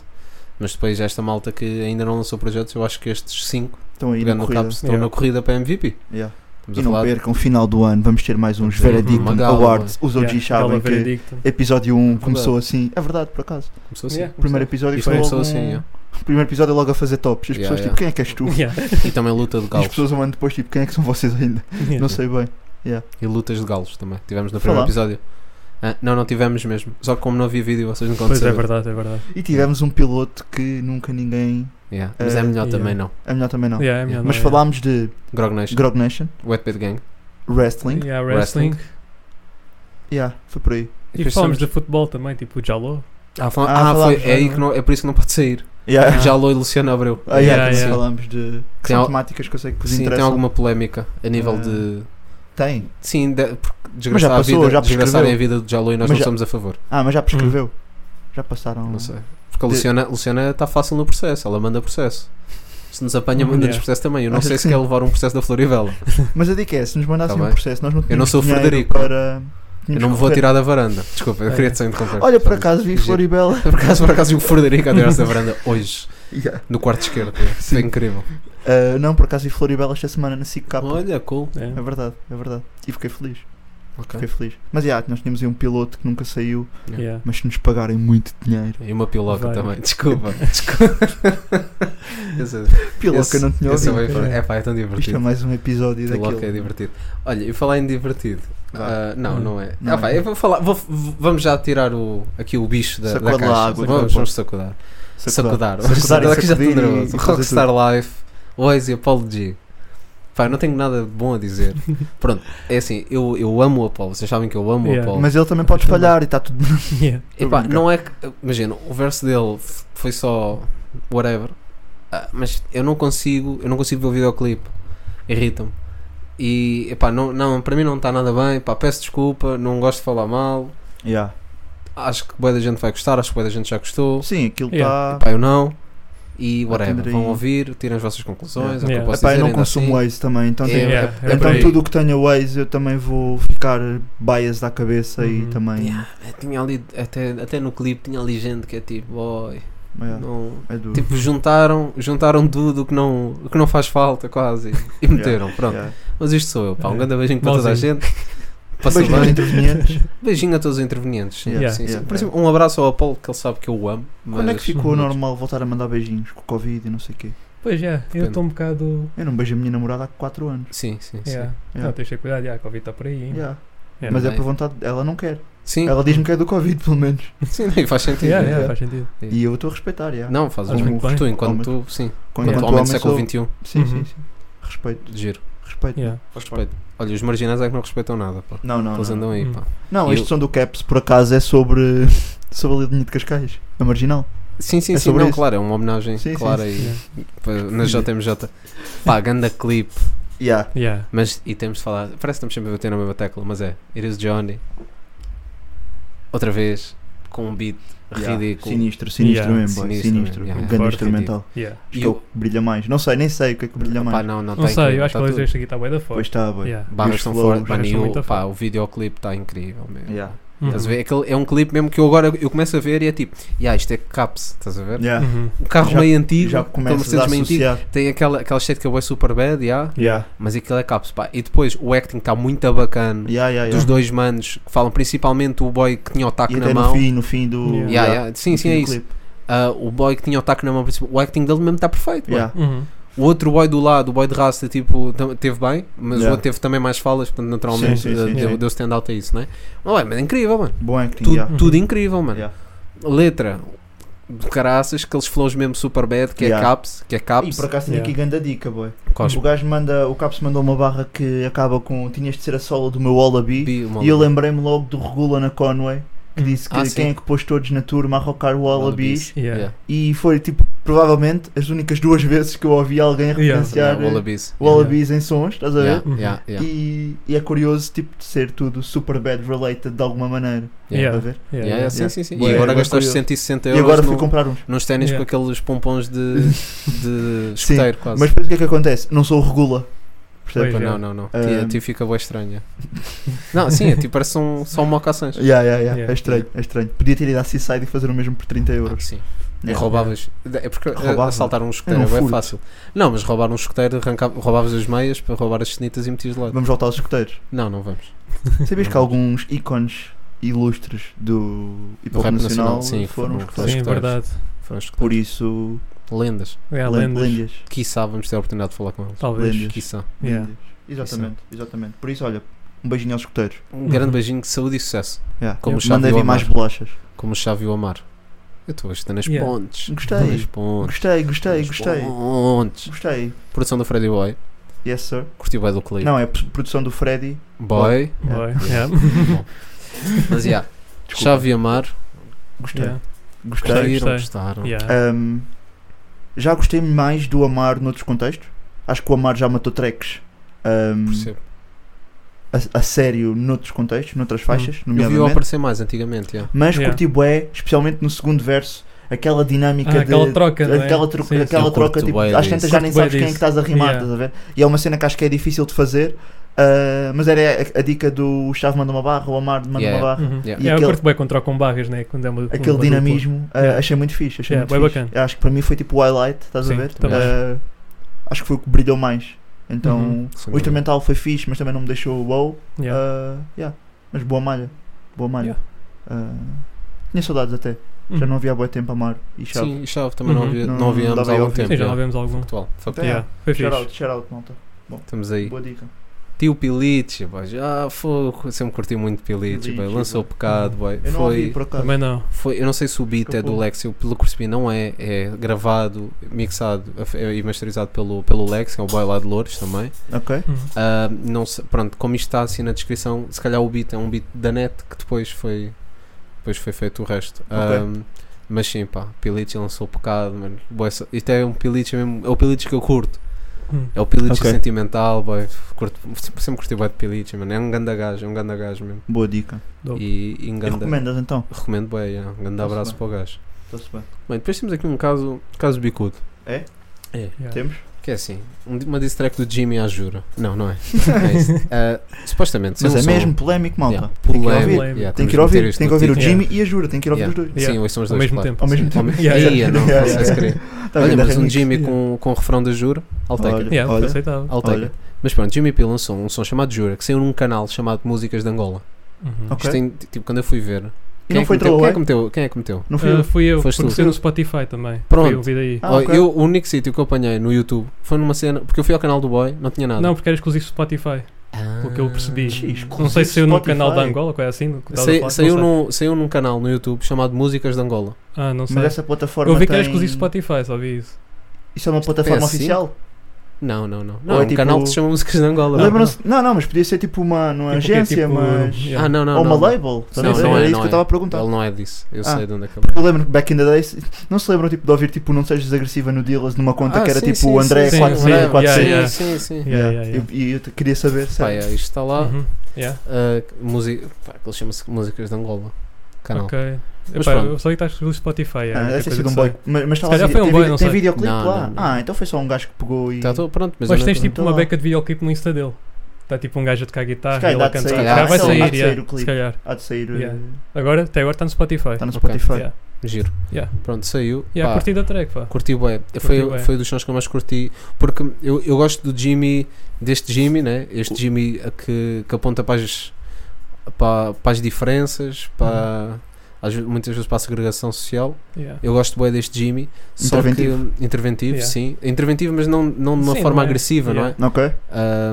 Mas depois esta malta que ainda não lançou projetos, eu acho que estes cinco Estão Então, aí na pegando no corrida. caps, estão Yeah. na Então, corrida para MVP. Yeah. Estamos E a não falar percam, final do ano vamos ter mais uns Vamos ter Veredictum uma gala, Awards. Os OG Yeah, sabem Gala é que Veredicto. episódio 1 Verdade. começou assim. É verdade, por acaso. Começou assim. Yeah, O primeiro episódio Isto foi logo começou assim, um- yeah. O primeiro episódio é logo a fazer tops. As Yeah, pessoas yeah. tipo, quem é que és tu? Yeah. E também luta de E as galos. pessoas um ano depois tipo, quem é que são vocês ainda? Yeah. Não sei bem. E lutas de galos também. Tivemos no primeiro Foi lá. episódio. Ah, não, não tivemos mesmo. Só que como não havia vídeo, vocês não Pois é conseguem. verdade, é verdade. E tivemos um piloto que nunca ninguém. Yeah. Mas é Eh, melhor yeah. também não. É melhor também não. Yeah, é melhor Mas não, falámos de Grog Nation, Grog Nation, Wet Bait Gang. Wrestling. Yeah, wrestling. Yeah, foi por aí. E E depois falámos temos- de futebol também, tipo o Jalô. Ah, fala- Ah, ah, falámos, foi, é, aí falámos. que não, é por isso que não pode sair. Yeah. Já Lou e Luciano Abreu. Ah, yeah, Yeah, que yeah. Falámos de. Que Tem são al- temáticas que eu sei que vos Sim, tem interessam. alguma polémica a nível Ah. de. Tem. Sim, de, porque desgraçar, passou, a vida, já desgraçar é a prescreveu. vida de Jalou e nós Mas não já- somos a favor. Ah, mas já prescreveu. Já passaram. Hum. Não sei. Porque a De- Luciana está fácil no processo, ela manda processo. Se nos apanha, Hum, manda-nos yeah. processo também. Eu não Acho sei que se quer sim. levar um processo da Florivela. Mas a dica é: se nos mandassem Tá um bem. processo, nós não tínhamos não sou o dinheiro Frederico. Para... Eu tínhamos não me que vou correr. tirar da varanda. Desculpa, eu queria te só interromper. É. Olha, por Só- acaso vi Giro. Floribela. Por acaso, por acaso, vi o Frederico a tirar-se da varanda hoje, Yeah. no quarto esquerdo. Foi incrível. Ah, não, por acaso vi Floribela esta semana na SIC Capa. Olha, cool. É. É verdade, é verdade. E fiquei feliz. Ok. Fiquei feliz. Mas yeah, nós tínhamos aí um piloto que nunca saiu, Yeah. mas se nos pagarem muito dinheiro. E uma piloca Vai. também. Desculpa. Desculpa. Esse- Piloca esse- não tinha esse é ouvido. bem- É pá, é tão Isto é divertido. mais um episódio Piloca é daquilo. divertido. Olha, eu falar em divertido. Vá. ah, não, Hum. não é. Não Ah, pá, é. eu vou falar. vou- v- vamos já tirar o, aqui o bicho da, da Sacode lá caixa. a água, vamos, depois. vamos sacudar. Sacudar. Sacudar e Sacudar, que já estou sacudir e- nervoso. e fazer Rockstar Life, Oasis e Apollo G. Pá, eu não tenho nada bom a dizer. Pronto, é assim, eu, eu amo o Apollo, vocês sabem que eu amo Yeah. o Apollo. Mas ele também pode falhar e está tudo. Yeah. Epá, Tô não é que. Imagina, o verso dele f- foi só whatever. ah, Mas eu não consigo. Eu não consigo ver o videoclipe. Irrita-me. E epá, não, não, para mim não está nada bem. Epá, peço desculpa, não gosto de falar mal. Yeah. Acho que boa da gente vai gostar, acho que boa da gente já gostou. Sim, aquilo Yeah. está. Epá, eu não. E Ah, whatever. Atender aí. Vão ouvir, tirem as vossas conclusões. É Yeah. o que eu Yeah. posso Epá, eu dizer, não ainda consumo assim. Waze também, então, É, tem- Yeah, é então por aí. tudo o que tenha Waze eu também vou ficar biased à cabeça Uhum. e também. Yeah, Tinha ali, até, até no clipe tinha ali gente que é tipo, boy, yeah, não, é duro. Tipo, juntaram, juntaram tudo o que não, o que não faz falta, quase. E meteram, pronto. Yeah. Mas isto sou eu, pá. Um É. grande beijinho para toda a Mauzinho. gente. Passa Beijinhos bem. intervenientes. Beijinho a todos os intervenientes. Sim, Yeah. sim, sim. Yeah. Por exemplo, um abraço ao Apolo, que ele sabe que eu amo. Quando é que mas- ficou mas- normal voltar a mandar beijinhos com o Covid e não sei o quê? Pois é, eu estou um bocado. Eu não beijo a minha namorada há 4 anos. Sim, sim, sim. Yeah. Yeah. Não, tens de ter cuidado, yeah, a Covid está por aí. hein? Yeah. Yeah. Mas é Bem. por vontade, ela não quer. Sim, Ela diz-me que é do Covid, pelo menos. sim, nem faz sentido. Yeah, né? yeah, Yeah. faz sentido. E eu estou a respeitar, yeah. Não, é, faz Faz bem. muito bem. Tu, enquanto Homem. tu, sim. Enquanto Enquanto homem homem do século sou- XXI. Sim, Uhum. sim, sim. Respeito, um, Giro. respeito. Yeah. Respeito. Olha, os marginais é que não respeitam nada, pá. Não, não, Eles não. andam aí, Hum. pá. Não, Eu- este som do Caps, por acaso, é sobre, sobre a linha de Cascais. A marginal. Sim, sim, É sim. sobre Não, isso. claro, é uma homenagem Sim, sim, clara e Yeah. pá, na JMJ. Pá, ganda clipe. Yeah. Yeah. Mas, e temos de falar, parece que estamos sempre a bater na mesma tecla, mas é, It is Johnny, outra vez, com um beat yeah. ridículo. Sinistro, sinistro Yeah. mesmo, boy. Sinistro Sinistro. mesmo, yeah. Um grande Forte. instrumental. Yeah. E Acho que é o eu, que brilha mais. Não sei, nem sei o que é que brilha pá, mais. não, não, Não tá sei, incrível, eu acho tá que tudo. hoje este aqui está bem da Pois forte. está, boy. Yeah. E Barras os são flows, fortes, mano, barras e são o- muito pá, fortes. o videoclipe está incrível mesmo. Yeah. Uhum. Estás a ver? Aquele, é um clipe mesmo que eu agora eu começo a ver e é tipo, yeah, isto é Caps, estás a ver? Yeah. Uhum. Um carro Já- meio antigo, Já aquele começas a Mercedes meio antigo, associar. tem aquela, aquela estética bem super bad, yeah, Yeah. mas aquilo é Caps, pá. E depois o acting está muito bacana Yeah, yeah, dos yeah. dois manos que falam, principalmente o boy que tinha o taco E na até mão. no fim, no fim do. Yeah. Yeah, yeah. Sim, no sim, fim é do isso. um clipe. Ah, o boy que tinha o taco na mão principal, o acting dele mesmo está perfeito. Yeah. Uhum. bué. O outro boy do lado, o boy de raça, tipo, tam- teve bem, mas o Yeah. outro teve também mais falas, portanto, naturalmente, Sim, sim, sim, eh, deu, sim. deu stand-out a isso, não é? Mas, ué, mas é incrível, mano. Bom acting, Tudo, yeah. tudo incrível, mano. Yeah. Letra, de caraças, aqueles flows mesmo super bad, que é Yeah. caps, que é E caps, por acaso tenho Yeah. aqui grande dica, boy. cospe, O gajo manda, o Caps mandou uma barra que acaba com tinhas de ser a sola do meu Wallaby bi- uma e eu lembrei-me logo do Regula na Conway que disse que Ah, sim. quem é que pôs todos na turma a rocar Wallabies wallabies. Yeah. e foi tipo provavelmente as únicas duas vezes que eu ouvi alguém Yeah. referenciar Yeah, eh, wallabies. Wallabies em sons, estás a ver? Yeah, Uhum. yeah, yeah, E, e é curioso tipo de ser tudo super bad related de alguma maneira, estás a yeah. Yeah. ver? Yeah, Yeah, yeah, yeah. sim, sim, sim. Bué, E agora bué gastaste curioso. 160 e euros agora fui no- comprar uns. nos ténis Yeah. com aqueles pompons de, de Sim, escoteiro, quase. Mas depois o que é que acontece? Não sou o Regula. Pois, Percebes? Pá, yeah. Ah. Não, não, não. Tia, Ahm. tia fica boa estranha. Não, sim, é tipo, parece um, só mocações. Yeah, yeah, yeah. Yeah. É estranho, é estranho. Podia ter ido à Seaside e fazer o mesmo por 30 euros. Ah, sim. E Yeah. roubavas. É porque Roubava. assaltar um escoteiro Era um é bem furto. fácil. Não, mas roubar um escoteiro, arrancava, roubavas as meias para roubar as cenitas e metias lá. Vamos voltar aos escuteiros. Não, não vamos. Sabias que alguns ícones ilustres do hip Do hop rap nacional, nacional, sim, foram foram- escuteiros. Acho Sim, que verdade. Foram escoteiros. Por isso, Lendas. É, len- lendas. lendas. Quiçá vamos ter a oportunidade de falar com eles. Talvez. Lendas. Quiçá. Yeah. lendas. Exatamente, exatamente. Por isso, olha, um beijinho aos escuteiros. Um grande beijinho de saúde e sucesso. Yeah. Como o Chá Mandei viu vir amar. mais bolachas. Como o Chá viu amar. Eu estou hoje, estou nas Yeah. pontes. Gostei. Estou Nas pontes. Gostei, gostei, nas gostei. Pontes. Gostei. Produção do Freddy Boy. Yes, sir. Curtiu bem do clipe. Não, é p- produção do Freddy. É. Boy. Boy. Yeah. Bom. Mas já, Desculpa. Chave Amar, Gostei. Yeah. Gostei. gostaram, gostei. gostaram. Yeah. Ahm, já gostei mais do Amar noutros contextos. Acho que o Amar já matou tracks ahm, Percebo. a, a sério noutros contextos, noutras faixas, Eu vi-o nomeadamente. aparecer mais antigamente, yeah. Mas Hum. Yeah. curti bué, especialmente no segundo verso, aquela dinâmica Ah, de. aquela troca, não é? Aquela, tro- Sim, aquela sim. troca, Eu curto tipo, bué às tantas disso. já nem Curto bué sabes quem é que disso. estás a rimar, Yeah. estás a ver? E é uma cena que acho que é difícil de fazer, ah, mas era a, a dica do Chave manda uma barra, o Amar manda Yeah. uma barra. Uhum. Yeah. É, E Yeah, eu aquele- curto bem contra com barras, né? Quando é uma, uma Aquele dupla. dinamismo, ah, Yeah. achei muito fixe. Achei Yeah, muito bué fixe. Acho que para mim foi tipo o highlight, estás Sim, a ver? também Ah, acho que foi o que brilhou mais. Então, Uhum. Sem o dúvida. instrumental foi fixe, mas também não me deixou wow. Yeah. Ah, yeah. Mas boa malha. Boa malha. Yeah. Ah, tinha saudades até. Já não havia há bué tempo a Amar e Chave. Sim, e Chave também não Uhum. havia- Não- não havíamos dava há aí algum ao vivo. tempo. Sim, já não yeah. vemos algum. Factual, factual. Yeah. Yeah. Foi Shout fixe. out, shout out, malta. Estamos aí. Boa dica. Tio Pilichi, boy. Já foi. Sempre curti muito Pilichi, boy. Pilichi, Lançou boy. o Uhum. pecado, boy. Eu não ouvi Foi. por acaso. Também não. Foi, eu não sei se o beat é do Escapou. Lexi, eu, pelo que percebi não é, é gravado, mixado af- e masterizado pelo, pelo Lexi, é o boy lá de Lourdes também. Ok. Uhum. Ah, não sei- pronto, como isto está assim na descrição, se calhar o beat é um beat da net que depois foi, depois foi feito o resto. Ah, mas sim, pá, Pilichi lançou o pecado, mano. Boy, só- isto é um Pilichi mesmo, é o Pilichi que eu curto. Hum. É o Pilichi Ok. sentimental, boy. Curto, sempre, sempre curti bem de Pilichi, mano. É um ganda gajo, é um ganda gajo mesmo. Boa dica. Dope. E, e um E ganda, recomendas então? recomendo, boy, yeah. um grande Tá-se abraço bem. para o gajo. Está-se bem. Bem, depois temos aqui um caso, caso bicudo, Yeah. Temos? que é assim, um- uma diss track do Jimmy à jura. Não, não é. É isso. Ah, supostamente, Mas é saiu um som- mesmo polémico, malta. Yeah, Tem que ir polêmico. ouvir. ouvir. Yeah, Tem temos que ir de meter ouvir. isto Tem que no ouvir o título. Jimmy e a Jura. Tem que ir ouvir Yeah. os dois. Sim, Yeah. ouçam os Ao dois, mesmo claro. tempo. Ao mesmo Ao tempo. mesmo- Yeah, Aí, yeah. não, Yeah, não sei yeah. se queria. Tá a Olha, ver, mas dá um remix. Jimmy Yeah. com, com refrão da jura, I'll take Olha. it. Yeah, foi Olha. aceitável. I'll take Olha. it. Mas pronto, Jimmy P lançou um som chamado Jura, que saiu num canal chamado Músicas de Angola. Uhum. Ok. Isto tem, tipo, quando eu fui ver. E Quem é não que foi meteu- quem é trollway? que meteu? Quem é que meteu? Não fui Ah, eu. fui eu, Foste porque tu. saiu no Spotify também. Pronto. Foi o vídeo aí. Ah, Oh, ok. eu, o único sítio que eu apanhei no YouTube foi numa cena. Porque eu fui ao canal do Boy, não tinha nada. Ah. Não, porque era exclusivo Spotify, o que eu percebi. Xiz, não sei se saiu no Spotify. canal da Angola, coisa assim. no- da- Sai- não saiu, sei. num, saiu num canal no YouTube chamado Músicas de Angola. Ah, não sei. Mas essa plataforma Eu vi que tem... era exclusivo Spotify, só vi isso. Isso é uma plataforma PS5? oficial? Não, não, não. Não, Ou é é um tipo- canal que se chama Músicas de Angola. Não, Lembram-se? Não, não, mas podia ser tipo uma, numa Tipo o quê? agência, Tipo, mas... yeah. Ah, não, não. Ou uma não. label, Sim, estás a ver? não é, Era isso não que eu é. estava a perguntar. Ele não é disso. Eu Ah. sei de onde acabou. Porque eu lembro que back in the days, não se lembram tipo, de ouvir tipo Não Sejas Agressiva no Dealers numa conta Ah, que era sim, tipo sim, o André sim, sim. 46, Yeah, 46. yeah, Sim, sim, sim. Yeah, yeah, yeah. E e eu te- queria saber se Pá, é, isto está lá. Uhum. Yeah, ah, música, pá, aquilo chama-se Músicas de Angola. Canal. ok. Mas Epá, pronto. eu só vi que estás exclusivo Spotify. é, a Ah, única deve ter coisa sido um que boy. sei. Mas, mas Se tá lá, calhar tem foi um vide- boy, Tem não sei. videoclipe Não, lá? não, não. Ah, então foi só um gajo que pegou e. Tá, tô- pronto, mas Mas eu não- tens tipo Então uma lá. beca de videoclipe no Insta dele. Está tipo um gajo a tocar Se guitarra, calhar ele a dá de cantar. sair. Se calhar vai Ah, de dá sair, sair o yeah, clipe. se calhar. Há de sair. Yeah. eh, Agora, até agora está no Spotify. Está no Ok. Spotify. Yeah. Giro. tipo- Yeah. Pronto, saiu. Yeah, Pá, curti da track, pá. Curti bué. Curti Foi, bué. foi dos sons que eu mais curti. Porque eu, eu gosto do Jimmy, deste Jimmy, né? Este Jimmy a que, que aponta para as, para, para as diferenças, para, Uhum. às ve- muitas vezes para a segregação social. Yeah. Eu gosto bué deste Jimmy. Só Interventivo. que interventivo, Yeah. sim. Interventivo, mas não, não de uma Sim, forma não é? agressiva, Yeah. Ok? não é?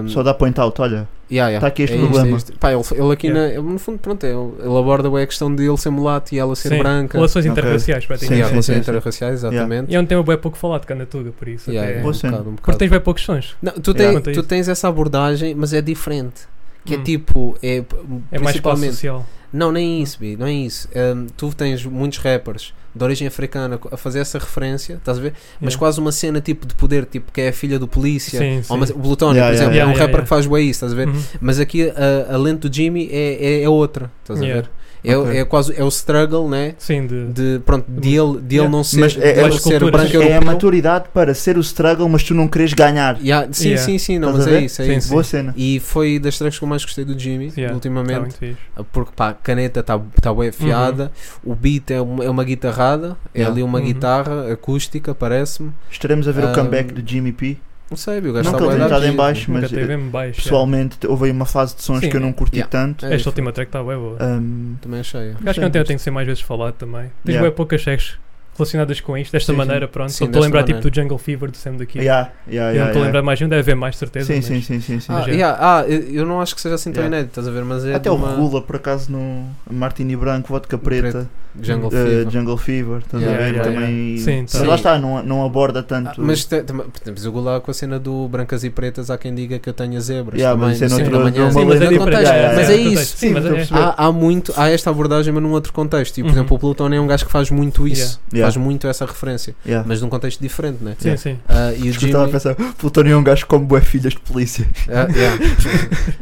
Ahm, Só dá point out, olha. yeah, yeah. tá aqui este É isto, problema. é isto. Pá, ele, ele aqui, na, ele, no fundo, pronto, ele, ele aborda bué a questão de ele ser mulato e ela ser Sim, branca. Relações Ok. interraciais, Sim, Sim, praticamente. yeah, sim, relações sim, sim. interraciais, Yeah. exatamente. E é um tema bem pouco falado, Canatuga, por isso. Yeah, até- yeah, um Boa cena. bocado, um Porque bocado. tens bem poucos sons. Não, tu, Yeah. tens- Quanto a tu isso. tens essa abordagem, mas é diferente. Que é Hum. tipo, é, É mais espaço principalmente- social. Não, nem isso, Bi, não é isso. Hum, tu tens muitos rappers de origem africana a fazer essa referência, estás a ver? Mas Yeah. quase uma cena tipo de poder, tipo que é a filha do polícia. Sim, Ou uma- sim. o Plutónio, Yeah, yeah, por exemplo, é um yeah. rapper que faz bué isso, estás a ver? Uhum. Mas aqui a, a lente do Jimmy é, é, é outra, estás a Yeah. ver? É, Ok. é quase é o struggle, né? Sim, de. De, pronto, de ele, de ele Yeah. não ser, Mas de é- é- ele das ser culturas. branco É a europeu. maturidade para ser o struggle, mas tu não queres ganhar. Yeah, Sim, Yeah. sim, sim, não, Estás mas a é ver? isso, é Sim, isso. sim. Boa cena. E foi das tracks que eu mais gostei do Jimmy Yeah, Tá ultimamente. muito fixe. Porque pá, a caneta está tá bem afiada, o beat é uma, é uma guitarrada, é Yeah. ali uma Uhum. guitarra acústica, parece-me. Estaremos a ver Ah, o comeback de Jimmy P. Não sei, eu gajo Nunca está tenho bué estado dark em shit. baixo, Nunca mas teve eh, mesmo baixo. pessoalmente houve aí uma fase de sons Sim. que eu não curti Yeah. tanto. É, yeah. Esta última track está bem boa. Ahm, Também achei. é. Porque acho que eh, Sim, não tem, gosto. tem que ser mais vezes falado também. Tens Yeah. bem poucas séries relacionadas com isto, desta Sim, sim. maneira, pronto. Sim, Só estou desta a lembrar maneira. tipo do Jungle Fever do Sam daqui. yeah, yeah, Eu não yeah, estou a yeah. lembrar mais de um, deve haver mais, de certeza. Sim, mas- sim, sim, sim, sim. Ah, Mas é. yeah, ah, eu eu não acho que seja assim tão Yeah. inédito, estás a ver? Mas é Até de o uma Regula, por acaso, no Martini Branco, Vodka Preta, Jungle eh, Fever. Jungle Fever, estás a Yeah, ver? yeah, também. yeah. Sim, mas tá. lá está, não, não aborda tanto. Ah, mas, te- também, por exemplo, Zugulá com a cena do Brancas e Pretas, há quem diga que eu tenho zebras. Yeah, também, mas isso é no cinco da noutro- manhã. numa Sim, mas é lenda. no diferente. contexto, Yeah, yeah, mas é Ah, yeah. isso. Sim, mas Sim, é. estou a Há, há muito, há esta abordagem, mas num outro contexto. E, por Uhum. exemplo, o Plutão é um gajo que faz muito isso, Yeah. faz muito essa referência, Yeah. mas num contexto diferente, né? Sim, sim. Ah, e o Eu estava a Jimmy, pensar, Plutónio é um gajo que come bué filhas de polícia. Ah, yeah.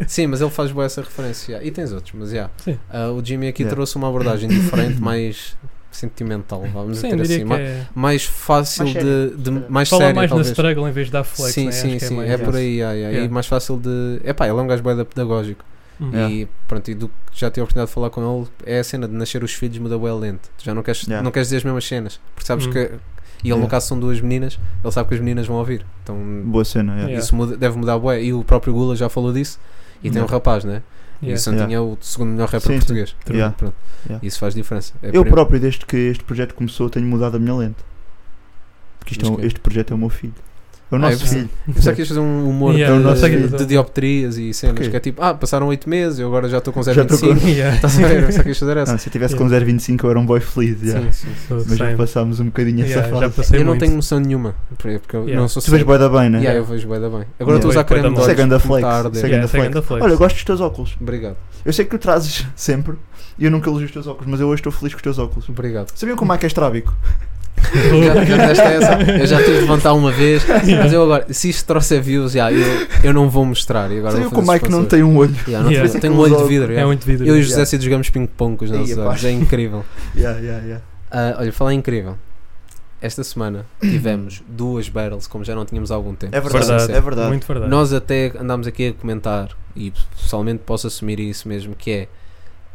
Sim, mas ele faz boa essa referência. yeah. E tens outros, mas yeah. Sim. Ah, o Jimmy aqui Yeah. trouxe uma abordagem diferente, mais sentimental, vamos Sim, dizer diria assim. que ma- é. Mais fácil Mais séria, de, se de- calhar. mais Fala séria, mais na talvez. struggle em vez de dar flex. sim, né? Acho sim, que sim, mais é, por isso. aí, yeah, yeah. e Yeah. mais fácil de. Epá, ele é um gajo bué da pedagógico. Hum. E pronto, e do que já tive a oportunidade de falar com ele, é a cena de nascer os filhos muda bué lento. Tu já não queres, Yeah. não queres dizer as mesmas cenas, porque sabes Hum. que. E ele, no Yeah. caso, são duas meninas, ele sabe que as meninas vão ouvir. Então, Boa cena, yeah. Yeah. isso muda- deve mudar bué. E o próprio Gula já falou disso. E tem um Yeah. rapaz, né? E o Yeah. Santinho Yeah. é o segundo melhor rapper Sim, sim. português. True. Yeah. Pronto. Yeah. Isso faz diferença. É Eu prim- próprio, desde que este projeto começou, tenho mudado a minha lente. Porque isto é um- Diz que- este projeto é o meu filho. É o Ah, eu nosso pensei- filho. Pensava que ias fazer um humor Yeah, é eu não sei. de, de dioptrias e cenas, Porquê? que é tipo, ah, passaram 8 meses, eu agora já estou com Já estou com- Ah, 0,25. Yeah. Estás a ver? Eu Pensava que ias fazer essa. Não, se eu tivesse com 0,25 eu era um boy feliz. já. Sim, sim, sim. Sou Mas já same. passámos um bocadinho Yeah, essa fase. já passei Eu não muito. tenho noção nenhuma, porque eu Yeah. não sou Tu vês cego. bué da bem, né? Yeah, eu vejo bué da bem. Agora Yeah. estou a usar Bué da creme de bem. Isso é olhos, ganda como flex. está a arder. Isso é Yeah, ganda isso é flex. ganda flex. Olha, eu gosto dos teus óculos. Obrigado, Eu sei que tu trazes sempre e eu nunca elogio os teus óculos, mas eu hoje estou feliz com os teus óculos. obrigado. Sabiam como é que é estrábico? já, já deste essa, eu já tive de levantar uma vez, mas eu agora, se isto trouxer views, já, eu, eu não vou mostrar. E agora Sabiam vou fazer como é que não sponsor. tem um olho? Yeah, não Yeah. tenho- tenho um olho de vidro. É yeah. um indivíduo. Eu e o Yeah. José Cid jogamos ping-pong com os nossos Ia, pá. olhos, é incrível. Yeah, yeah, yeah. Ah, olha, falar em incrível. Esta semana tivemos duas battles, como já não tínhamos há algum tempo. É verdade, Sim, sim. é verdade. Muito verdade. Nós até andámos aqui a comentar, e pessoalmente posso assumir isso mesmo, que é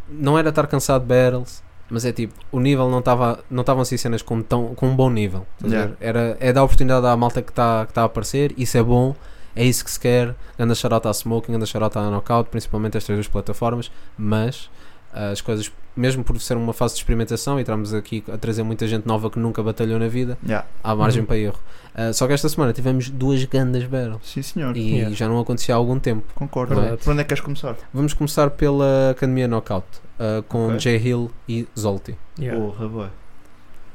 não era estar cansado de battles, mas é tipo, o nível não estava não estavam assim cenas com, tão, com um bom nível. estás a Yeah. ver? Era, é dar oportunidade à malta que está que tá a aparecer, isso é bom, é isso que se quer, anda charota à smoking, anda charota à knockout, principalmente estas duas plataformas, mas ah, as coisas, mesmo por ser uma fase de experimentação e estamos aqui a trazer muita gente nova que nunca batalhou na vida, Yeah. há margem Uhum. para erro. Ah, só que esta semana tivemos duas grandes battles. Sim, senhor. E Yeah. já não acontecia há algum tempo. Concordo. Verdade. Por onde é que queres começar? Vamos começar pela Academia Knockout, ah, com Ok. Jay Hill e Zolti. Yeah. Porra, boy. Yeah,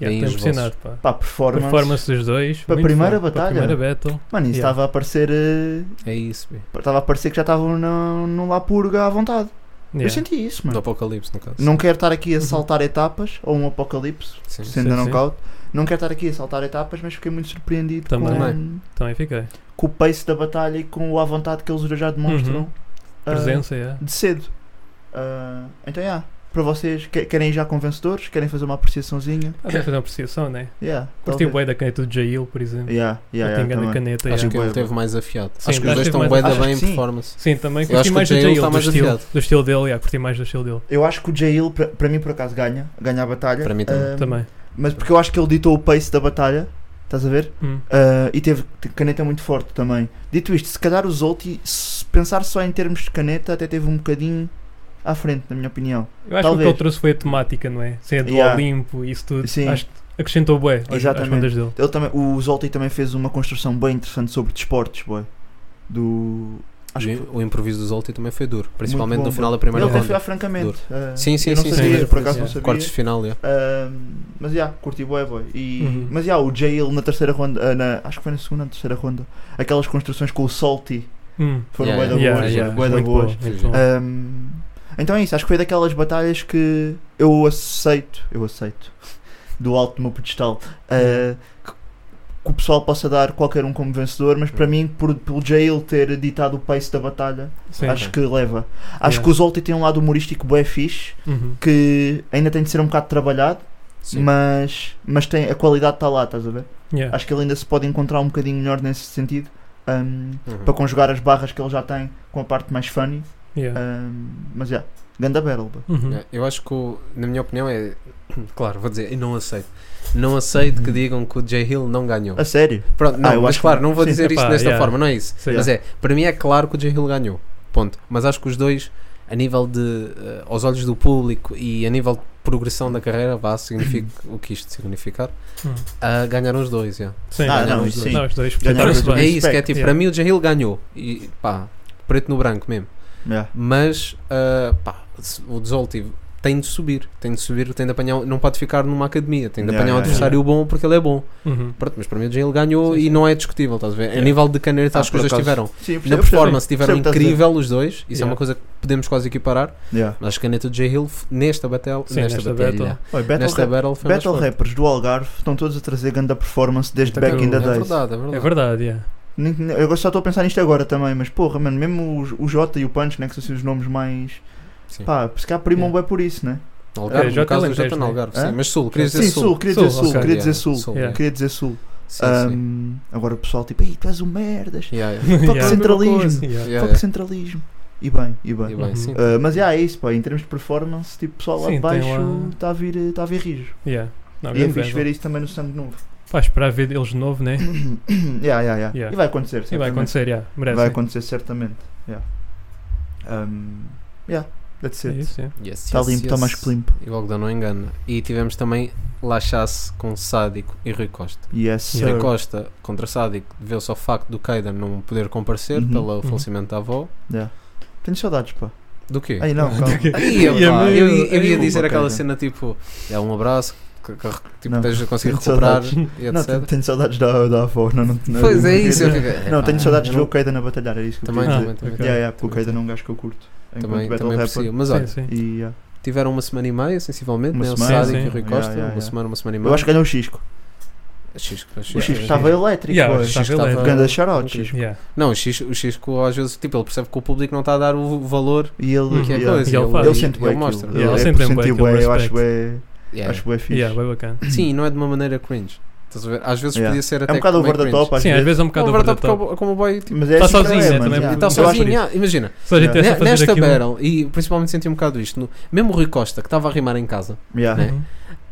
Deem Estou os impressionado, pá. Pá, performance. Performance dos dois. Para a muito primeira forte. Para a batalha. primeira battle. Mano, isso Yeah. estava a parecer. eh, É isso, bê. Estava a parecer que já estavam na- num lá purga à vontade. Eu Yeah. senti isso, do mano. Apocalipse, no caso. Não quero estar aqui a Uhum. saltar etapas, ou um apocalipse, Sim. sendo sim, a sim. knockout. Não quero estar aqui a saltar etapas, mas fiquei muito surpreendido Também. Com, Também fiquei. com o pace da batalha e com a vontade que eles dois já demonstram. Uhum. ah, Presença, yeah. de cedo. Ah, então, yeah, para vocês, que- querem ir já com vencedores? Querem fazer uma apreciaçãozinha? Ah, deve fazer uma apreciação, né? Yeah, Curti o talvez. bué da caneta do Jail, por exemplo. Yeah, yeah, eu yeah, tenho grande também. caneta. Acho yeah. que bué, ele bué. teve mais afiado. Sim, acho que os acho dois que estão teve bem mais- da Achas bem em que sim? performance. Sim, também. Eu Curti acho que mais o do Jay Hill Jail, tá do mais estilo, afiado. do estilo dele, yeah, curti mais do estilo dele. Eu acho que o Jail, pra- para mim, por acaso, ganha. Ganha a batalha. Para mim também. Ah, Também. Mas porque eu acho que ele ditou o pace da batalha. Estás a ver? Hum. Ah, e teve te- caneta muito forte também. Dito isto, se calhar o Zolti, se pensar só em termos de caneta, até teve um bocadinho à frente, na minha opinião. Eu acho que o Talvez. que ele trouxe foi a temática, não é? Sendo Yeah. o Olimpo, isso tudo. Sim. Acho que acrescentou bué às- às Exatamente. bandas dele. Ele também, o Zolti também fez uma construção bem interessante sobre desportos, boy. Do. Acho que foi- O improviso do Zolti também foi duro, principalmente bom, no final bom. da primeira Ele até foi ronda. à francamente. ah, Sim, sim, eu não sim, sabia, sim. por acaso não Yeah. sabia. Quartos de final, yeah. Ah, mas já, curti boé, boy. E, Uhum. Mas já, o Jail na terceira ronda, ah, na- acho que foi na segunda ou na terceira ronda, aquelas construções com o Salty Hum. foram Yeah, bué da yeah, boas, yeah. bué da Muito boas. boa, muito boa. Ahm, então é isso, acho que foi daquelas batalhas que eu aceito, eu aceito, do alto do meu pedestal, ah, que, que o pessoal possa dar qualquer um como vencedor, mas para mim, por, pelo Jail ter ditado o pace da batalha, Sim. acho que leva. Acho Yeah. que o Zolti tem um lado humorístico bué fixe, Uhum. que ainda tem de ser um bocado trabalhado, Sim. É. mas, mas tem, a qualidade está lá, estás a ver? Yeah. Acho que ele ainda se pode encontrar um bocadinho melhor nesse sentido, ahm, Uhum. para conjugar as barras que ele já tem com a parte mais funny. É. Yeah. Ahm, mas já, ganda battle. bro. Uhum. Yeah, Eu acho que, o- na minha opinião, é. Claro, vou dizer, eu não aceito. Não aceito que digam que o Jay Hill não ganhou. A sério? Pronto, não, Uhum. Ah, eu mas acho que claro, não. não vou Sim. dizer isto Epá, desta yeah. forma, não é isso. Sim. Mas é, para mim é claro que o Jay Hill ganhou. Ponto. Mas acho que os dois, a nível de. eh, aos olhos do público e a nível de progressão da carreira, vá, significa o que isto significar, Uhum. Hum. ah, ganharam os dois, yeah. Sim. Ah, não, não, os sim. dois. Não, os dois. Ganharam portaram-se os dois. É bem. isso que é tipo, yeah. para mim o Jay Hill ganhou. E pá, preto no branco mesmo. Yeah. Mas, ah, pá, se- o Desolti tem de subir, tem de subir, tem de apanhar, não pode ficar numa academia, tem de Yeah, apanhar um yeah, adversário bom porque ele é bom. Uhum. Pronto, mas para mim o Jay Hill ganhou Sim, e sim. não é discutível, estás a ver? A nível de caneta Ah, as por coisas acaso. tiveram. Sim, eu percebo, Na performance tiveram Percebo o que estás a dizer. incrível os dois, isso é Yeah. uma coisa que podemos quase equiparar, percebo. Yeah. mas a caneta do J. Hill f- nesta battle, Sim, nesta, nesta batalha, battle. Oi, battle nesta rap- battle foi mais battle forte. rappers do Algarve estão todos a trazer ganda performance desde Então, back in the é days. verdade, é verdade. É verdade, yeah. Nem- nem- Eu só estou a pensar nisto agora também, mas porra, mano, mesmo o, o Jota e o Punch, né, que são assim, os nomes mais. Sim. Pá, se calhar primam bem por isso, né? No Algarve, É, no Jota caso do Alentejo, Jota no né? Algarve, Hã? sim, mas Sul, queria dizer Sim, Sul. Sul, queria dizer Sul, Sul, ok, queria yeah, dizer Sul. Hum. Sul, Yeah. Queria dizer Sul. sim, sim. Ahm, agora o pessoal tipo, ei, tu és um merdas. Yeah, yeah. Fuck Yeah. centralismo. Yeah. Yeah, Fuck yeah. centralismo. E bem, e bem. E bem, Uhum. sim. Ah, mas yeah, é isso, pá, em termos de performance, tipo, o pessoal lá Sim, de tem Tá baixo lá- está a vir, está a vir rijo. Yeah. Não, e é grande fixe battle. ver isso também no sangue novo. Pá, esperar ver eles de novo, né? yeah, yeah, yeah. Yeah. E vai acontecer, Sim, vai certamente. acontecer, yeah. Merece. Vai acontecer certamente. Yeah. Um, yeah. That's É it. isso, é. Yes, Está yes, Tá limpo, está yes. mais que limpo. E logo não engana. E tivemos também Lachasse com Sádico e Rui Costa. Yes, E sir. Rui Costa contra Sádico deveu-se ao facto do Kaidan não poder comparecer Uhum. pelo Uhum. falecimento da avó. Yeah. Tenho saudades, pá. Do quê? Ai não, calma. Aí, E a pá, meio- eu, eu ia é aí, dizer uma aquela queda. cena tipo, é um abraço, que, que, tipo, Não, tens de conseguir tenho recuperar e Não, etc. tenho, tenho saudades da, da avó. Não, não, não, pois não- é isso, eu Não, fico, é, pá, tenho saudades de eu ver não- o Kaiden a batalhar, é isso que eu Também, queria também, dizer. também. ok. Yeah, yeah, porque o Também- Kaiden é um gajo que eu curto. Também, Enquanto battle também rapper. aprecio. Mas olha, Sim, sim. E, yeah. tiveram uma semana e meia, sensivelmente, Uma né? O semana, Sádico e sim. o Rui Yeah, Costa, yeah, uma yeah. semana, uma semana e meia. Eu acho que ganhou o Xisco. Xisco, O Xisco. Xisco estava elétrico, Yeah, pô. Ah, o Xisco Xisco estava- estava- Ganda shoutout, incrível. Xisco. Yeah. Não, o Xisco, o Xisco às vezes, tipo, ele percebe que o público não está a dar o valor E ele, Hum, que é a yeah. coisa. E ele faz. ele sente bem mostra. aquilo. Ele é sente bem por sentir aquilo, bué, eu acho respeito. bem Yeah. acho bué fixe. Yeah, bem bacana. Sim, não é de uma maneira cringe. Estás a ver? Às vezes Yeah. podia ser É até um bocado meio over the cringe. top, às Sim, às vezes. vezes é um bocado Over the overtop. top, como- como o boy, tipo, Mas é Tá assim que sozinho, é, né, mano, também, yeah. está Eu acho que- sozinho. yeah, Imagina, Só a gente Yeah. testa a Ne- fazer Nesta aquilo. battle, e principalmente senti um bocado isto, no- mesmo o Rui Costa, que estava a rimar em casa, Uhum. Yeah. né?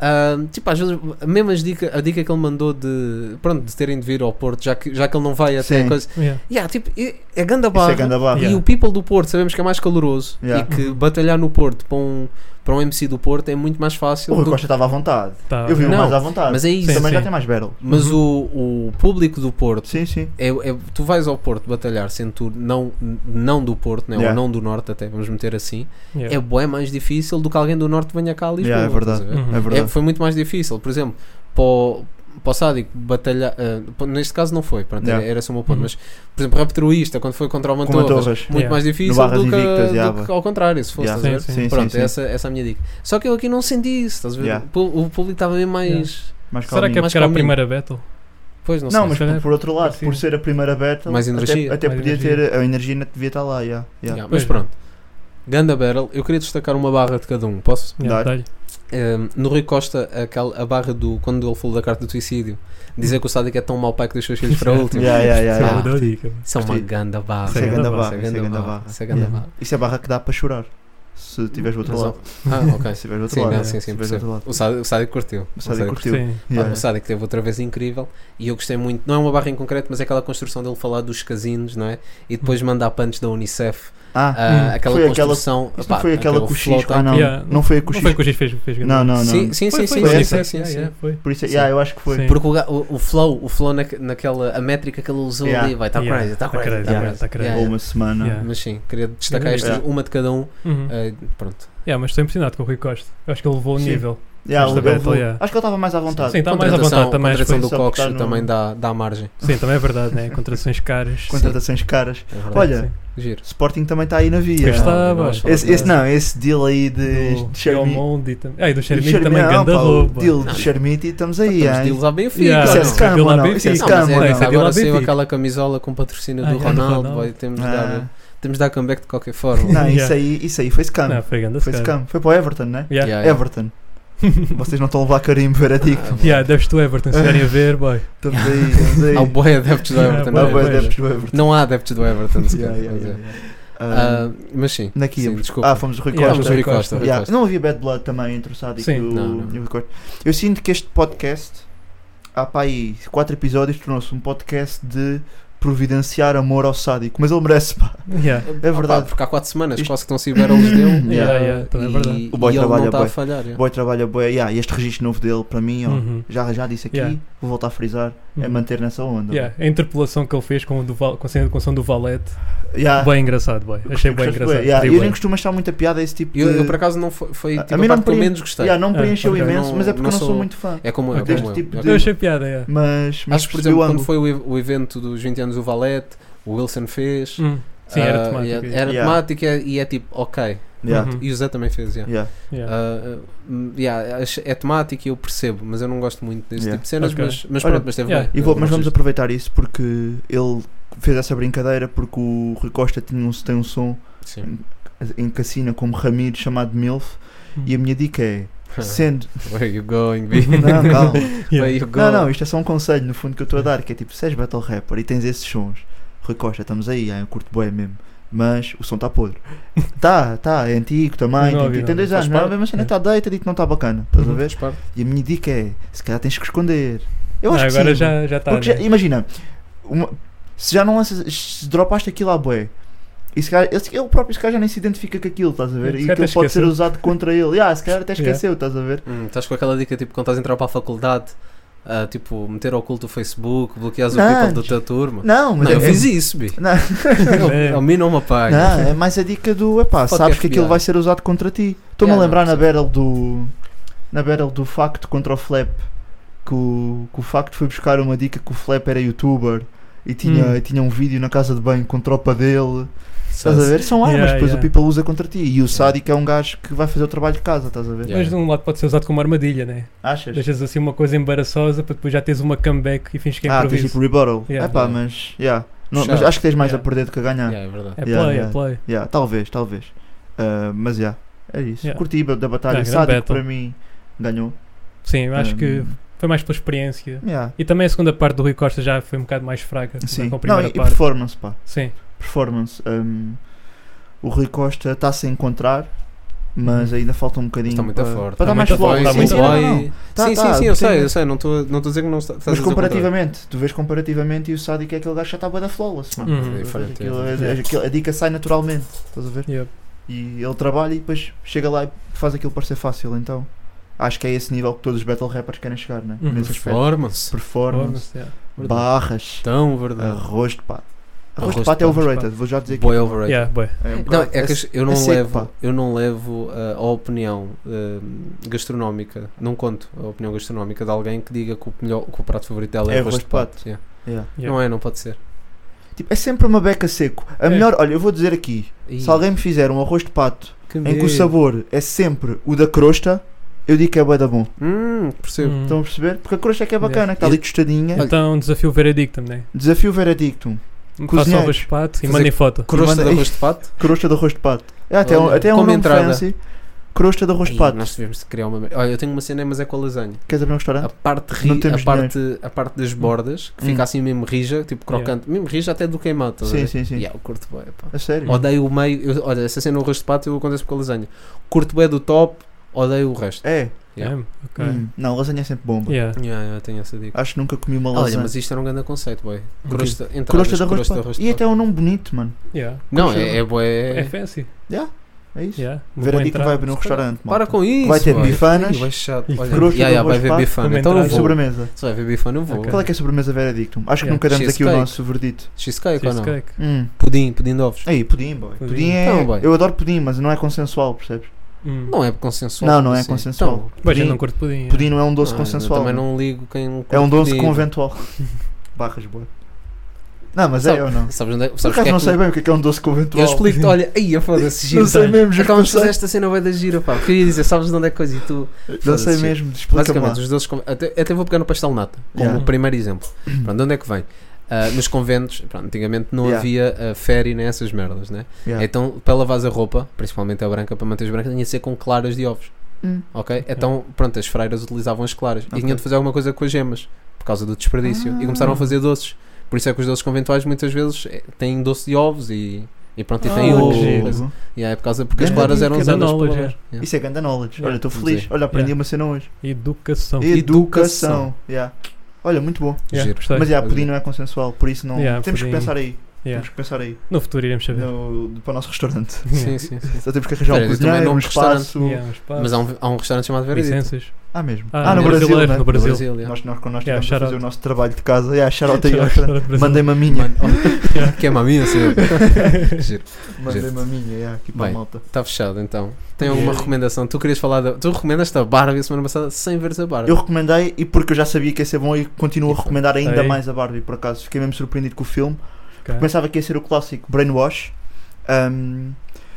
ah, tipo, às vezes, mesmo as dica, a dica que ele mandou de, pronto, de terem de vir ao Porto, já que, já que ele não vai até Sim. a coisa. Yeah. Yeah, tipo, é é ganda Isso barra. é ganda barra. E Yeah. o people do Porto, sabemos que é mais caloroso Yeah. Uhum. e que batalhar no Porto para um, para um MC do Porto é muito mais fácil. O Rui do- Costa Uhum. estava à vontade. Tá. Eu vi um. Não, mais à vontade. mas é isso. Sim, Também já sim. tem mais battle. Mas o, o público do Porto Sim, sim. É, é- tu vais ao Porto batalhar sendo tu não, não do Porto, né? Yeah. ou não do Norte, até vamos meter assim, Yeah. é bué mais difícil do que alguém do Norte venha cá a Lisboa. Yeah, é verdade. estás a ver? Uhum. É É, verdade. foi muito mais difícil. Por exemplo, para o, para o Sádico batalhar. eh, pô, neste caso não foi, pronto, Yeah. era só o meu ponto. Uhum. Mas, por exemplo, Raptorista, quando foi contra o Com a Mantorras, Torres. muito Yeah. mais No difícil Barras do que, Invictas, do yeah. que ao contrário, se fosse. Yeah. estás a ver? Sim, Sim, Pronto, sim, sim. Essa, essa é a minha dica. Só que eu aqui não senti isso, estás a ver? Yeah. O pu- O público estava bem mais. Mais Será que calminho. Mas é porque era a calminho. primeira battle? Pois não, Não, sei. mas por, por outro lado, Sim. por ser a primeira battle, Mais energia. até, até Mais podia energia. ter. A energia ainda devia estar lá, yeah, yeah. Yeah, mas Pois é. pronto. Ganda Barrel, eu queria destacar uma barra de cada um, posso? Yeah, Dá. dá-lhe. Ehm, no Rui Costa, aquela, a barra do quando ele falou da carta do suicídio, dizer que o Sádico é tão mau pai que deixou os filhos para o último. Yeah, yeah, yeah, Isso é yeah. uma boa dica. Isso é uma Gostei. ganda barra. Isso é ganda ganda barra, barra. Isso é ganda barra. Isso é ganda Yeah. barra. Isso é barra que dá para chorar. Se tiveres do outro Mas, lado. Ah, ok. Se tiveres do outro Sim, lado. não, é. sim, Se sim, tiveres do outro percebo. lado. O Sádico, o Sádico curtiu. O Sádico curtiu. Sim. Ah, Yeah. O Sádico teve outra vez incrível e eu gostei muito. Não é uma barra em concreto, mas é aquela construção dele falar dos casinos, não é? E depois mandar punts da Unicef. Ah, Ah, Hum. aquela Foi aquela- construção. isto pá, não foi aquela aquele com o Xisco. float Ah, não. Yeah. Não foi a com o Não foi que Xisco. o Giz fez, fez Não, não, não. Sim, sim, sim, Foi, sim, foi, sim, sim, essa? sim, Yeah, sim. yeah, foi. Por isso, é, Sim. yeah, eu acho que foi. Sim. Porque o, ga- o, o flow, o flow na, naquela a métrica que ele usou Yeah. ali, vai, está Yeah. crazy, está Tá crazy, crazy, está yeah, crazy. tá crazy. Yeah, Ou yeah. uma semana. Yeah. Mas sim, queria destacar Yeah. estas Yeah. uma de cada um. Uhum. eh, pronto. Yeah, mas estou impressionado com o Rui Costa. Eu acho que ele levou o Sim. nível. Yeah, Esta ele- ele- battle, yeah. Acho que ele estava mais à vontade. Sim, tá. está mais à Contratação- vontade também. acho que Contratação foi. do Só porque está Cox no- também dá, dá margem. foi. Sim, também é verdade, né? Contratações caras. Contratações caras. É verdade. Olha, Sim. Giro. Sporting também está aí na via. Pois está, Não, não boy. acho Esse, esse verdade. não, esse deal aí de, Do de Chermi- Belmonte e tam- Ah, e do de Chermini Chermi- também, não, ganda é, pá, o lobo. um Deal de Chermiti, estamos aí, Estamos hein? deals à Tá, Benfica. Yeah, Isso é não. scam, scam, ou lá não? bem Isso é fixe. Não, mas scam, é, ou isso é não? deal à agora saiu Benfica. aquela camisola com patrocínio Ah, do é do Ronaldo. Ronaldo. vai, temos, de Ah, dar, temos de dar comeback de qualquer forma. Não, isso Yeah. aí, isso aí foi scam. Não, foi ganda Foi scam. scam. Foi para o Everton, né? Yeah. Yeah, yeah. Everton. Vocês não estão a levar carimbo, era dicto. Ah, Yeah, deves tu Everton, se estiverem a ver, boy. Estamos aí, estamos aí. Há um boi adeptos do Yeah, Everton. bué não Ah, é? boa, pois. adeptos do Everton. Não há adeptos do Everton. sequer, Yeah, yeah, mas é. yeah, yeah. Ah, Ah, mas sim. Daqui sim, íamos. desculpa. Ah, fomos Rui Yeah, Costa. Vamos Rui Costa. Rui Yeah, Costa. Não havia bad blood também entre o Sádico Sim. e, o, Não, não. e o Rui Costa. Eu sinto que este podcast, há pá aí quatro episódios, tornou-se um podcast de providenciar amor ao Sádico. Mas ele merece, pá. Yeah. É Ah, pá, verdade. porque há quatro semanas Isto- quase que não se tiveram os deu. Yeah, eh, yeah, também é e- verdade. O boy e ele trabalha não está bué. a falha. yeah. Boy trabalha boa. Yeah, este registro novo dele, para mim, ó, Uhum. já, já disse aqui, Yeah. vou voltar a frisar, é Uhum. manter nessa onda. Yeah, a interpelação que ele fez com, o do Val- com a cena com o som do Valete, Yeah. bem engraçado, boy. Achei bem Ah. Gostaste, engraçado. bué? Yeah, Digo Eu bem. nem costumo achar muita piada a esse tipo de. Eu, eu, por acaso não foi, foi A- tipo, a a, mim não parte que eu preenche- menos gostei. Yeah, não me Ah, preencheu ok. imenso, Não- mas é porque não eu não sou sou- muito fã. É como eu. Deste como eu. tipo Ok. Eu achei piada, yeah. Mas, mas Acho que, percebi por exemplo, o quando ângulo. foi o, e- o evento dos 20 anos do Valete, o Wilson fez. Hum. Sim, era ah, temático. yeah, isso. Era Yeah. temático e- e é tipo, ok. Yeah, Uhum. E o Zé também fez, yeah. yeah. Yeah. Ah, ah, yeah, acho- é temático e eu percebo, mas eu não gosto muito desse Yeah. tipo de cenas. Ok. Mas, mas Olha, pronto, mas teve yeah. bem. E Eu vou- mas vamos gostei. aproveitar isso porque ele fez essa brincadeira porque o Rui Costa tinha um, tem um som Sim. em cassina como Ramiro chamado MILF Hum. e a minha dica é Ah. sendo. Where you going, B? Não, calma. Yeah. Where you não, going? não, isto é só um conselho no fundo que eu estou a dar, que é tipo, se és battle rapper e tens esses sons, Rui Costa, estamos aí, é um curto boé mesmo. Mas o som está podre. Tá, tá, é antigo também, Não tem- ouvi, tem não dois anos, ouvi. Faz não é? parte. Mas ainda está deita, digo que não está bacana. Estás a Uhum. ver? E a minha dica é, se calhar tens que esconder. Eu Ah, acho que agora sim, já, né? já está. Porque já- imagina, uma- se já não lanças, se dropaste aquilo à bué E se calhar, ele, ele próprio se calhar já nem se identifica com aquilo, estás a ver? E Se calhar aquilo até pode ser esqueceu. usado contra ele. Ah, se calhar até Yeah. esqueceu, estás a ver? Hum, estás com aquela dica tipo quando estás a entrar para a faculdade, ah, tipo, meter ao culto o Facebook, bloqueares o Não. people da tua turma. Não, mas Não, eu é, fiz isso, bi. É Não. É. Não, A mim Ah, não me apaga. Não, é mais a dica do epá, Fuck sabes que FBI. aquilo vai ser usado contra ti. Estou-me Yeah, a lembrar não, na battle do. Na battle do Facto contra o Flap. Que o, que o Facto foi buscar uma dica que o Flap era youtuber e tinha, Hum. e tinha um vídeo na casa de banho com tropa dele. Estás a ver? São armas, Yeah, depois yeah. o people usa contra ti. E o sádico é um gajo que vai fazer o trabalho de casa, estás a ver? Yeah. Mas de um lado pode ser usado como armadilha, né? Achas? Deixas assim uma coisa embaraçosa para depois já teres uma comeback e fins que é ah, tens improviso. tipo rebuttal. Yeah. epá, mas. Yeah. Não, mas Puxado. acho que tens mais Yeah. a perder do que a ganhar. Yeah, é verdade. É play, Yeah, é yeah. play. Yeah, talvez, talvez. Ah, mas já, é isso. Yeah. Curti da batalha. Ah, grande Sádico battle. para mim ganhou. Sim, eu acho que Um, foi mais pela experiência. yeah. E também a segunda parte do Rui Costa já foi um bocado mais fraca Sim. com a Não, primeira e, e parte. performance, pá. Sim, Performance. um, o Rui Costa está-se a encontrar, Uhum. mas ainda falta um bocadinho. Está muito para, forte. Para Está dar mais muito flow. forte, está Sim, muito sim, forte. não, não, não. Sim, Tá, sim, tá, sim, eu sim. sei, eu sei. Não estou não estou a dizer que não está. Mas estás a dizer o contrário. comparativamente, tu vês comparativamente e o Sádico é aquele gajo que já está bué da flawless, mano. Uhum. Estás a ver? Diferente, Aquilo- é. é- é- aquilo- a dica sai naturalmente, estás a ver? yep. E ele trabalha e depois chega lá e faz aquilo parecer fácil, então acho que é esse nível que todos os battle rappers querem chegar, né? Uhum. Nesse aspecto. Performance. Performance, Performance, yeah. barras, Tão verdade. arroz de pato. Arroz de Arroz pato de é pato. overrated, vou já Ah, dizer que Boy overrated. Yeah, boy. é um Não, bocado- é que as- eu é não seco, pá. levo, eu não levo uh, a opinião uh, gastronómica, não conto a opinião gastronómica de alguém que diga que o, melhor, que o prato favorito dela é, arroz de pato. Yeah. Yeah. Yeah. Não é, não pode ser. Tipo, é sempre uma beca seco. A É. melhor, olha, eu vou dizer aqui: se alguém me fizer um arroz de pato em que o sabor é sempre o da crosta, eu digo que é bué da bom. Hum, percebo. Hum. Estão a perceber? Porque a crosta é que é bacana, que está ali tostadinha. Então, desafio veredicto também. Desafio veredicto: Faça Cozinheiros. ovas de pato e Fazer- mandem foto. Crosta Manda- de arroz de pato? crosta de arroz de pato. É até um, Olha, até é um como nome entrada. fancy: crosta de arroz de Ih, pato. Nós tivemos de criar uma. mer- Olha, eu tenho uma cena, mas é com a lasanha. Queres abrir um A restaurante? parte, Não ri, temos a parte, a parte das bordas, que Hum. fica assim mesmo rija, tipo Yeah. crocante, mesmo rija até do queimado. estás a Sim, ver? sim, sim. Yeah, eu curto bué, pá. A sério? Odeio o meio. eu- olha, essa cena o rosto de pato eu acontece com a lasanha. Curto bem do top, odeio o resto. É. Yeah. Yeah. Ok. Hum. Não, lasanha é sempre bomba. Yeah. Yeah, yeah, tenho essa dica. Acho que nunca comi uma olha, lasanha. mas isto era um grande conceito, boy. Ok. Crosta, entradas, Crosta é de arroz de crosta pato. de E até pato. é um nome bonito, mano. Yeah. Não, crosta é, de- é bué. É fancy. É isso. Yeah. Uma boa Veredicto vai entrada. abrir um restaurante, mano. Para com isso! Vai ter boy. bifanas, Ih, vai chato. e Olha, crosta de yeah, yeah, vai arroz de haver pato, bifana. uma Então eu entrada. vou. sobremesa. Se vai haver bifana, eu vou. Ok. Qual é que é a sobremesa veredictum? Acho que Yeah. nunca damos aqui o Cheesecake. nosso verdito. Cheesecake É ou não? Cheesecake. Hum. Pudim, pudim de ovos. Aí, pudim, boy. Pudim, Pudim. é... Então, boy. eu adoro pudim, mas não é consensual, percebes? Hum. Não é consensual. Não, não é assim. consensual. Então, Mas eu Pudim- não curto pudim. Pudim não é um doce ah, eu consensual. Também mano. não ligo quem. É um curte doce pudim. conventual. Barras boa. Não, mas Sabe- é ou não? Sabes onde é? Por Sabes acaso quem é não que- sei bem o que é que é um doce conventual. Eu explico-te, olha, aí a foda-se, giro. Não sei sabe? mesmo, juro que Acabamos de não fazer sei. esta cena vai da gira, pá. Queria dizer, sabes de onde é que coisa e tu. Não sei Foda-se. mesmo, explica-me lá. Basicamente, os doces. com- Até, até vou pegar no pastel de nata, como Yeah. o primeiro exemplo. Pronto, de onde é que vem? Ah, nos conventos, pronto, antigamente não Yeah. havia ah, féri nem essas merdas, né? Yeah. Então, para lavares a roupa, principalmente a branca, para manteres branca, tinha de ser com claras de ovos. Hum. Ok? Então, pronto, as freiras utilizavam as claras Ok. Ah. e tinham de fazer alguma coisa com as gemas, por causa do desperdício. E começaram a fazer doces. Por isso é que os doces conventuais muitas vezes eh, têm doce de ovos e, e pronto, e têm Ah, ovo. que giro. E é por causa porque as Oh. Grande claras eram dica, usadas dá para knowledge, lavar. Yeah. Isso é ganda knowledge. Yeah. Olha, estou Vamos feliz. aí. Olha, aprendi Yeah. Então, uma cena hoje. Educação. Educação. Yeah. Olha, muito bom. Yeah, Giro. gostei. Mas yeah, pudim não é consensual, por isso não. Tá. Yeah, temos que pudim. pensar aí. Yeah. Temos que pensar aí. No futuro iremos saber. No- para o nosso restaurante. Sim, sim, sim. Só temos que arranjar um Espera, eu também cozinheiro, não um um restaurante. espaço. Yeah, os passos, Mas há um, há um restaurante chamado Veredito. licenças. Ah, mesmo. Ah, Ah, no no Brasil. brasileiro, né? no Brasil. yeah. Nós, nós, quando nós Yeah, tivemos a shout fazer out. o nosso trabalho de casa. Yeah, shout out aí ao Shout out restaurante. para o Brasil. Mandei-me a minha. Mano, oh, que é maminha, senhor. Giro. Mandei-me a minha, yeah, aqui para a Bem. malta. Está fechado então. Tem alguma recomendação? Tu querias falar da. Tu recomendaste a Barbie a semana passada sem veres a Barbie. Eu recomendei e porque eu já sabia que ia ser bom e continuo a recomendar ainda Ei. mais a Barbie, por acaso. Fiquei mesmo surpreendido com o filme. Ok. Pensava que ia ser o clássico Brainwash. ahm,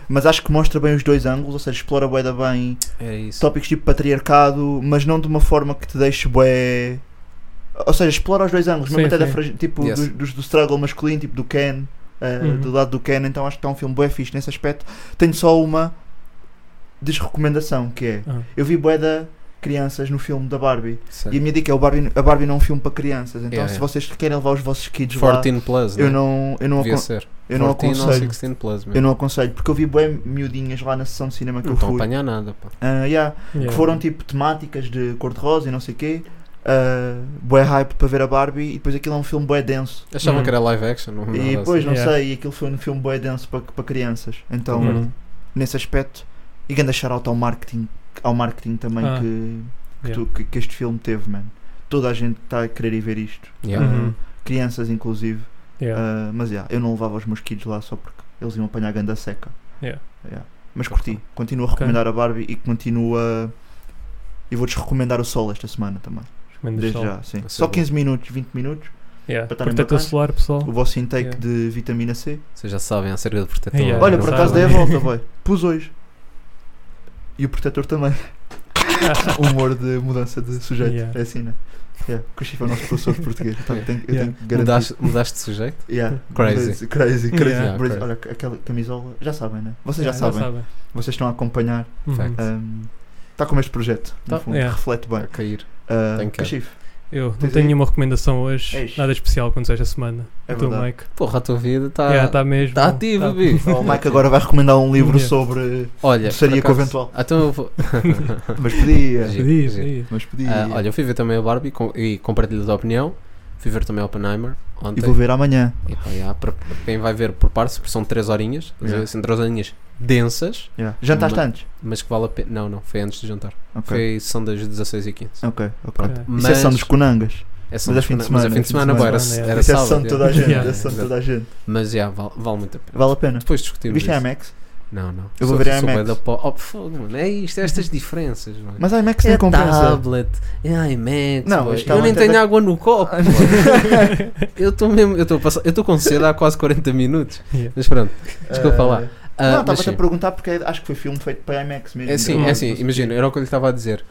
mas acho que mostra bem os dois ângulos, ou seja, explora bué da bem É isso. tópicos tipo patriarcado, mas não de uma forma que te deixe bué... Ou seja, explora os dois ângulos, mesmo Sim, até da sim. fragi- tipo, Yes. dos- dos- do struggle masculino, tipo do Ken, ah, Uhum. do lado do Ken, então acho que está um filme bué fixe nesse aspecto. Tenho só uma desrecomendação, que é... Ah. Eu vi bué da crianças no filme da Barbie. Certo. E a minha dica é: o Barbie, a Barbie não é um filme para crianças. Então, Yeah, se yeah. vocês querem levar os vossos kids lá, 14 plus, eu né? não, eu não, Devia acon- ser. eu não 14 ou aconselho. 16 plus, Eu mesmo. não aconselho, porque eu vi bué miudinhas lá na sessão de cinema que Não eu estão a fui. apanhar nada, pá. Ah, yeah, Yeah. Que foram tipo temáticas de cor-de-rosa e não sei o quê. uh, bué hype para ver a Barbie e depois aquilo é um filme bué denso. Achavam Hum. que era live action. Não, nada Uhum. e depois, assim. não Yeah. sei, e aquilo foi um filme bué denso para, para crianças. Então, Hum. nesse aspecto, e grande shout-out ao marketing, ao marketing também Ah. que, que, tu- Yeah. que- que este filme teve, mano. Toda a gente está a querer ir ver isto. assim. Yeah. Uhum. Crianças, inclusive. Yeah. Uh, mas, yeah, eu não levava os meus kids lá só porque eles iam apanhar a ganda seca. Yeah. Yeah. Mas curti. Continuo a recomendar a Barbie e continuo a... E vou-te recomendar o Sol esta semana também. Recomendo Desde só. já, sim. Vai ser Só bom. 15 minutos, 20 minutos. Yeah. Para estarem Protetor bacana. solar, pessoal. O vosso intake Oh. Yeah. de vitamina C. Vocês já sabem acerca do protetor. Yeah. Olha, não por sabe. acaso dei a volta, boy. Pus hoje. E o protetor também. Humor de mudança de sujeito. Yeah. É assim, né? Yeah. O Chifa é o nosso professor de português. Então, eu tenho, eu Yeah. tenho que garantir. Mudaste, mudaste de sujeito? Yeah. Crazy. Crazy, crazy, crazy. Crazy. Yeah, crazy. Olha, aquela camisola. Já sabem, né? Vocês Yeah, já sabem. Vocês estão a acompanhar. Uhum. Fact. Está como este projeto. no Tá. fundo. Yeah. Reflete bem. A cair. Uh, Thank you. Cachif, Eu não Tens tenho aí? nenhuma recomendação hoje. Eish. Nada especial quando seja a semana. é tu, verdade. Mike. Porra, a tua vida está yeah, tá mesmo. tá ativa, Tá- bi. Oh, O Mike agora vai recomendar um livro Yeah. sobre. Olha, Seria por acaso- conventual. Ah, Então eu vou. Mas podia. Giro, Diz, giro. diz. Mas podia. Ah, olha, eu fui ver também a Barbie com- e compartilho da opinião. Fui ver também a Oppenheimer e ontem. vou ver amanhã. E, pá, yeah, para para quem vai ver por partes, porque são 3 horinhas. estás a ver? Yeah. São 3 horinhas densas, Yeah. Jantaste Mas- antes? mas que vale a pena. Não, não, foi antes de jantar. Ok. Foi sessão das 16 e 15 Ok, ok. Pronto. Ok. Isso é sessão dos Conangas. é mas é fim de Mas é semana, fim de semana, pá, era, semana, é. era Isso é sessão sábado. de toda a gente. Yeah. É sessão de toda a gente. Mas yeah, vale, vale muito a pena. Vale a pena. Depois discutimos. Viste isso. a IMAX? Não, não. Eu vou Sou- ver a sou bué IMAX. da po- Oh, fogo, mano. É isto, é estas diferenças, mano. Mas a IMAX é nem compensa. tablet, é iMac. Não, Não, este eu nem tablet é tenho da- água no copo. pô. eu estou mesmo, eu estou pass... eu estou com sede há quase 40 minutos. Yeah. Mas pronto, desculpa Eh, lá. Ah, Não, mas estava-te a sim. perguntar porque é- acho que foi filme feito para IMAX mesmo. É assim, Uhum. é assim, imagina, era o que eu lhe estava a dizer.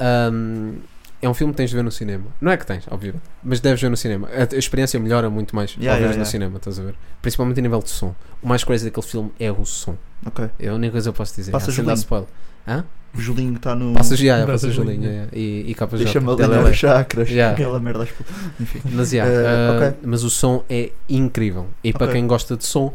Ahm, é um filme que tens de ver no cinema. Não é que tens, óbvio, mas deves ver no cinema. A, a experiência melhora muito mais Yeah, ao veres yeah, no yeah. cinema, estás a ver? Principalmente a nível de som. O mais crazy daquele filme é o som. Ok. É a única coisa que eu posso dizer. Passas Ah, sem o dar link. spoiler. é, O Julinho está no. Passas, yeah, yeah, Passas passas o a link, linha yeah, e, e capas Deixa-me Dela alinhar é- os chakras. Yeah. Aquela merda. acho que- Enfim. Mas, yeah, Eh, ah, mas o som é incrível. E para Ok. quem gosta de som,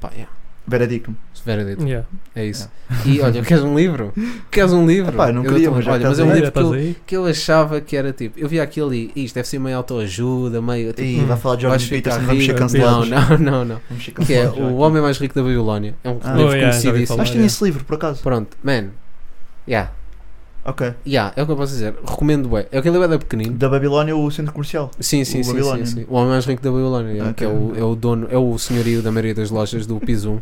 pá, yeah, Veredicto. it's very good. Yeah. é isso. E olha, queres um livro? Queres um livro? Epá, eu não Eu queria, dou-te um- mas já olha, que mas é estás um aí, livro que Olha, estás eu, aí? que eu achava que era tipo. Eu via aquilo e "Ih, isto deve ser meio autoajuda, meio. Tipo, Hum. E vai falar de Jordan vais ficar Peterson. Vamos ser rico. cancelados. Não, não, não. não. Vamos ser Que é cancelados já O aqui. Homem Mais Rico da Babilónia. É um Ah. livro Oh, yeah, já ouvi conhecidíssimo. falar. Acho que tinha esse livro, por acaso. Pronto, man. Yeah, Ok. yeah, é o que eu posso dizer. Recomendo, bem. É aquele é pequenino. Da Babilónia, o centro comercial. Sim, sim, o sim, sim, Babilónia, né? Ah, tá. sim. O homem mais rico da Babilónia, yeah, Ok. que é o, é o dono, é o senhorio da maioria das lojas do Pizum.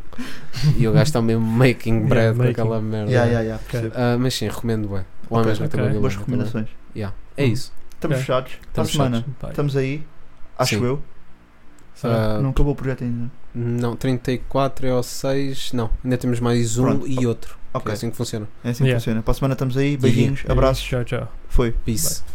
e o gajo está mesmo making bread Yeah, com making. aquela merda. Yeah, yeah, yeah. Ok. Ah, mas sim, recomendo bem. O homem mais rico Ok. da Babilónia. Boas também. recomendações. Yeah. É Hum. isso. Estamos Ok. fechados. Para a Estamos semana. Vai. Estamos aí. Acho Sim. eu. Sabe? Ah, Não acabou o projeto ainda. Não, 34 é ou 6. Não, ainda temos mais um Pronto. e outro. que Ok. É assim que funciona. É assim que Yeah. funciona. Para a semana estamos aí. Beijinhos, abraços. Tchau, tchau. Foi. Peace.